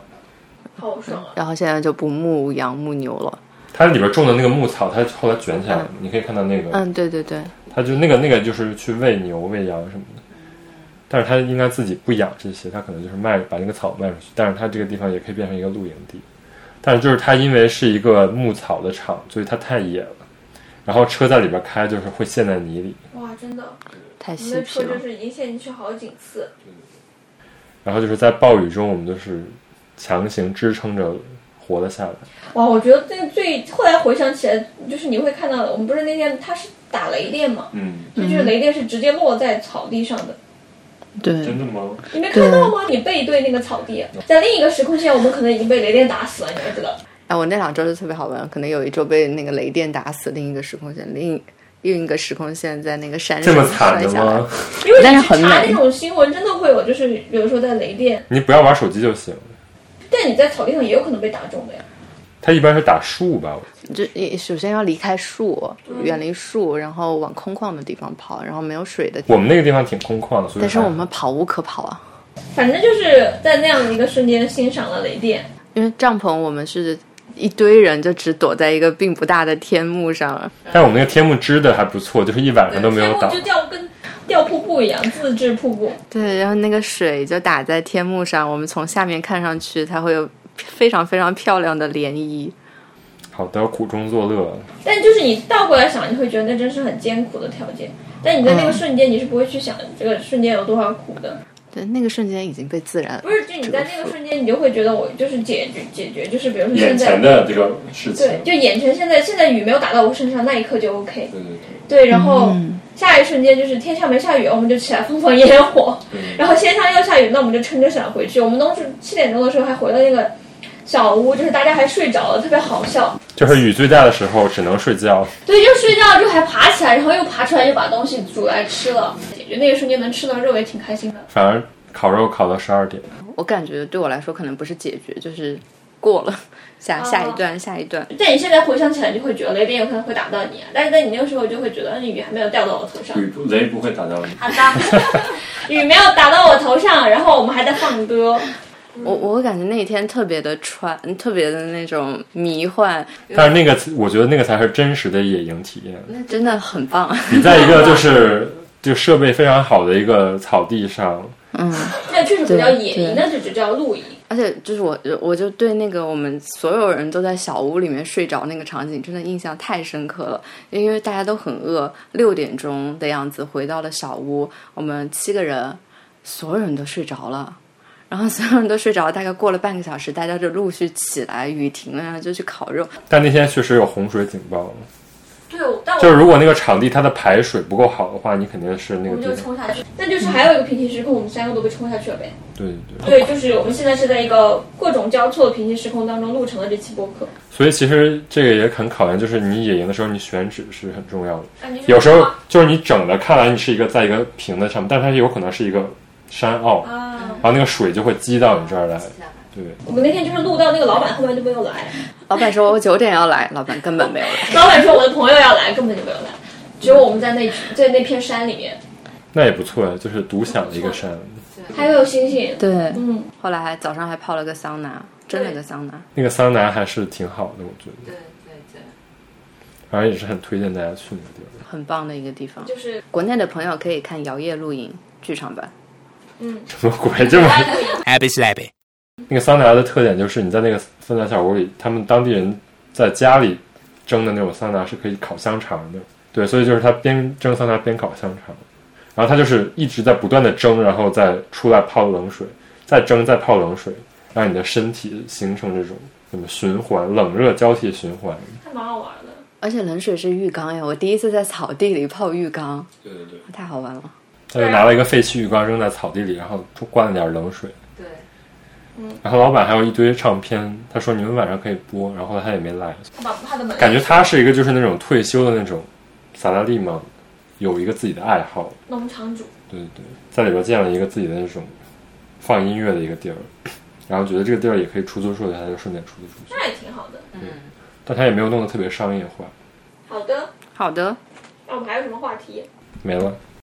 [SPEAKER 3] 好爽啊！
[SPEAKER 2] 然后现在就不牧羊牧牛了。
[SPEAKER 1] 它里边种的那个牧草，它后来卷起来了，你可以看到那个，
[SPEAKER 2] 嗯，对对对，
[SPEAKER 1] 它就那个那个就是去喂牛喂羊什么的。但是它应该自己不养这些，它可能就是卖把那个草卖出去。但是它这个地方也可以变成一个露营地，但是就是它因为是一个牧草的场，所以它太野了。然后车在里边开就是会陷在泥里，
[SPEAKER 3] 哇，真的，
[SPEAKER 2] 太
[SPEAKER 3] 我们
[SPEAKER 2] 嬉
[SPEAKER 3] 的
[SPEAKER 2] 皮啊
[SPEAKER 3] 车就
[SPEAKER 2] 了。
[SPEAKER 3] 是已经陷进去好几次。
[SPEAKER 1] 然后就是在暴雨中我们就是强行支撑着活了下来。
[SPEAKER 3] 哇，我觉得那个最后来回想起来，就是你会看到，我们不是那天他是打雷电嘛，
[SPEAKER 1] 嗯，
[SPEAKER 3] 所以就是雷电是直接落在草地上的。
[SPEAKER 2] 对，
[SPEAKER 1] 的吗？
[SPEAKER 3] 你没看到吗？你背对那个草地，啊在另一个时空线，我们可能已经被雷电打死了，你不知道。
[SPEAKER 2] 哎，我那两周就特别好玩，可能有一周被那个雷电打死，另一个时空线，另另一个时空线在那个山
[SPEAKER 1] 这么
[SPEAKER 2] 上
[SPEAKER 1] 惨
[SPEAKER 2] 摔
[SPEAKER 1] 的
[SPEAKER 2] 下来
[SPEAKER 1] 吗。？
[SPEAKER 3] 因为
[SPEAKER 2] 但
[SPEAKER 3] 你
[SPEAKER 2] 是
[SPEAKER 3] 去
[SPEAKER 2] 很
[SPEAKER 3] 查
[SPEAKER 2] 美
[SPEAKER 3] 那种新闻，真的会有，就是比如说在雷电，
[SPEAKER 1] 你不要玩手机就行。
[SPEAKER 3] 但你在草地上也有可能被打中的呀。
[SPEAKER 1] 它一般是打树吧，我
[SPEAKER 2] 就也首先要离开树，远离树，然后往空旷的地方跑，然后没有水的地
[SPEAKER 1] 我
[SPEAKER 2] 方。
[SPEAKER 1] 们那个地方挺空旷的，所以
[SPEAKER 2] 但是
[SPEAKER 1] 还
[SPEAKER 2] 我们跑无可跑啊，
[SPEAKER 3] 反正就是在那样一个瞬间欣赏了雷电，
[SPEAKER 2] 因为帐篷我们是一堆人就只躲在一个并不大的天幕上，
[SPEAKER 1] 但我们那个天幕织的还不错，就是一晚上都没有
[SPEAKER 3] 天
[SPEAKER 1] 倒
[SPEAKER 3] 幕。就掉跟掉瀑布一样，自制瀑布。
[SPEAKER 2] 对，然后那个水就打在天幕上，我们从下面看上去，它会有非常非常漂亮的涟漪。
[SPEAKER 1] 好的，苦中作乐。
[SPEAKER 3] 但就是你倒过来想，你会觉得那真是很艰苦的条件。但你在那个瞬间，你是不会去想这个瞬间有多少苦的。
[SPEAKER 2] 对，那个瞬间已经被自然
[SPEAKER 3] 不是，就你在那个瞬间，你就会觉得我就是解决解决，就是比如说现在
[SPEAKER 1] 的这个事
[SPEAKER 3] 对，就眼前现在现在雨没有打到我身上那一刻就 OK。
[SPEAKER 1] 对对
[SPEAKER 3] 对，然后下一瞬间就是天上没下雨，我们就起来放放烟火。然后天上要下雨，那我们就撑着伞回去。我们当时七点钟的时候还回到那个小屋，就是大家还睡着了，特别好笑。
[SPEAKER 1] 就是雨最大的时候只能睡觉。
[SPEAKER 3] 对，就睡觉就还爬起来，然后又爬出来，又把东西煮来吃了。解决那个瞬间能吃到肉也挺开心的。
[SPEAKER 1] 反而烤肉烤到十二点，
[SPEAKER 2] 我感觉对我来说可能不是解决，就是过了 下下一段下一段。
[SPEAKER 3] 但你现在回想起来，就会觉得雷电有可能会打到你啊，但是在你那个时候就会觉得那雨还没有掉到我头上。
[SPEAKER 1] 不雷不会打到你。
[SPEAKER 3] 好的， 雨没有打到我头上，然后我们还在放歌。
[SPEAKER 2] 我我感觉那一天特别的穿，特别的那种迷幻，
[SPEAKER 1] 但是那个我觉得那个才是真实的野营体验。
[SPEAKER 3] 嗯
[SPEAKER 2] 那真的很棒。
[SPEAKER 1] 你在一个就是 就设备非常好的一个草地上，
[SPEAKER 2] 嗯，
[SPEAKER 3] 那确实不叫
[SPEAKER 2] 对
[SPEAKER 3] 野
[SPEAKER 2] 对
[SPEAKER 3] 营，那就只叫露营。
[SPEAKER 2] 而且就是我，我就对那个我们所有人都在小屋里面睡着那个场景，真的印象太深刻了。因为大家都很饿，六点钟的样子回到了小屋，我们七个人，所有人都睡着了。然后所有人都睡着，大概过了半个小时，大家就陆续起来，雨停了，然后就去烤肉。
[SPEAKER 1] 但那天确实有洪水警报，
[SPEAKER 3] 对，我但我
[SPEAKER 1] 就是如果那个场地它的排水不够好的话，你肯定是那
[SPEAKER 3] 我
[SPEAKER 1] 个
[SPEAKER 3] 们
[SPEAKER 1] 地
[SPEAKER 3] 就
[SPEAKER 1] 方。
[SPEAKER 3] 冲下去。但就是还有一个平行时空，我们三个都被冲下去了呗。
[SPEAKER 1] 对对对。
[SPEAKER 3] 对，就是我们现在是在一个各种交错的平行时空当中录成了这期播客。
[SPEAKER 1] 所以其实这个也很考验，就是你野营的时候，你选址是很重要的。
[SPEAKER 3] 啊你是
[SPEAKER 1] 有时候就是你整的看来你是一个在一个平的上面，但是它有可能是一个山坳，
[SPEAKER 3] 啊，
[SPEAKER 1] 然后那个水就会积到你这儿
[SPEAKER 5] 啊
[SPEAKER 1] 来。对，
[SPEAKER 3] 我们那天就是录到那个老板后面就没有来，
[SPEAKER 2] 老板说我九点要来，老板根本没有来。
[SPEAKER 3] 老板说我的朋友要来，根本就没有来，只有我们在那在那片山里面，
[SPEAKER 1] 那也不错呀，就是独享的一个山。
[SPEAKER 3] 还有星星。
[SPEAKER 2] 对，
[SPEAKER 3] 嗯，
[SPEAKER 2] 后来还早上还泡了个桑拿，蒸了个桑拿。
[SPEAKER 1] 那个桑拿还是挺好的，我觉得，
[SPEAKER 5] 对对对，
[SPEAKER 1] 反正也是很推荐大家去那个地方。
[SPEAKER 2] 很棒的一个地方。
[SPEAKER 3] 就是
[SPEAKER 2] 国内的朋友可以看摇曳露营剧场版，
[SPEAKER 3] 嗯
[SPEAKER 1] 什么鬼？这么
[SPEAKER 4] Happy slappy.
[SPEAKER 1] 那个桑拿的特点就是你在那个芬兰小屋里，他们当地人在家里蒸的那种桑拿是可以烤香肠的，对，所以就是他边蒸桑拿边烤香肠，然后他就是一直在不断的蒸，然后再出来泡冷水，再蒸再泡冷水，让你的身体形成这种什么循环，冷热交替循环。
[SPEAKER 3] 还蛮好玩的。
[SPEAKER 2] 而且冷水是浴缸呀，我第一次在草地里泡浴缸，
[SPEAKER 1] 对对对，
[SPEAKER 2] 太好玩了。
[SPEAKER 1] 他就拿了一个废弃浴缸扔在草地里，然后灌了点冷水。
[SPEAKER 5] 对，
[SPEAKER 1] 然后老板还有一堆唱片，他说你们晚上可以播，然后他也没来，
[SPEAKER 3] 他把他的门
[SPEAKER 1] 感觉他是一个就是那种退休的那种萨拉利嘛，有一个自己的爱好，
[SPEAKER 3] 农场主，
[SPEAKER 1] 对对，在里边建了一个自己的那种放音乐的一个地儿，然后觉得这个地儿也可以出租出去，他就顺便出租出去，
[SPEAKER 3] 那也挺好的。
[SPEAKER 1] 但他也没有弄得特别商业化，
[SPEAKER 3] 好的，
[SPEAKER 2] 好的，
[SPEAKER 3] 那我们还有什么话题？
[SPEAKER 1] 没了。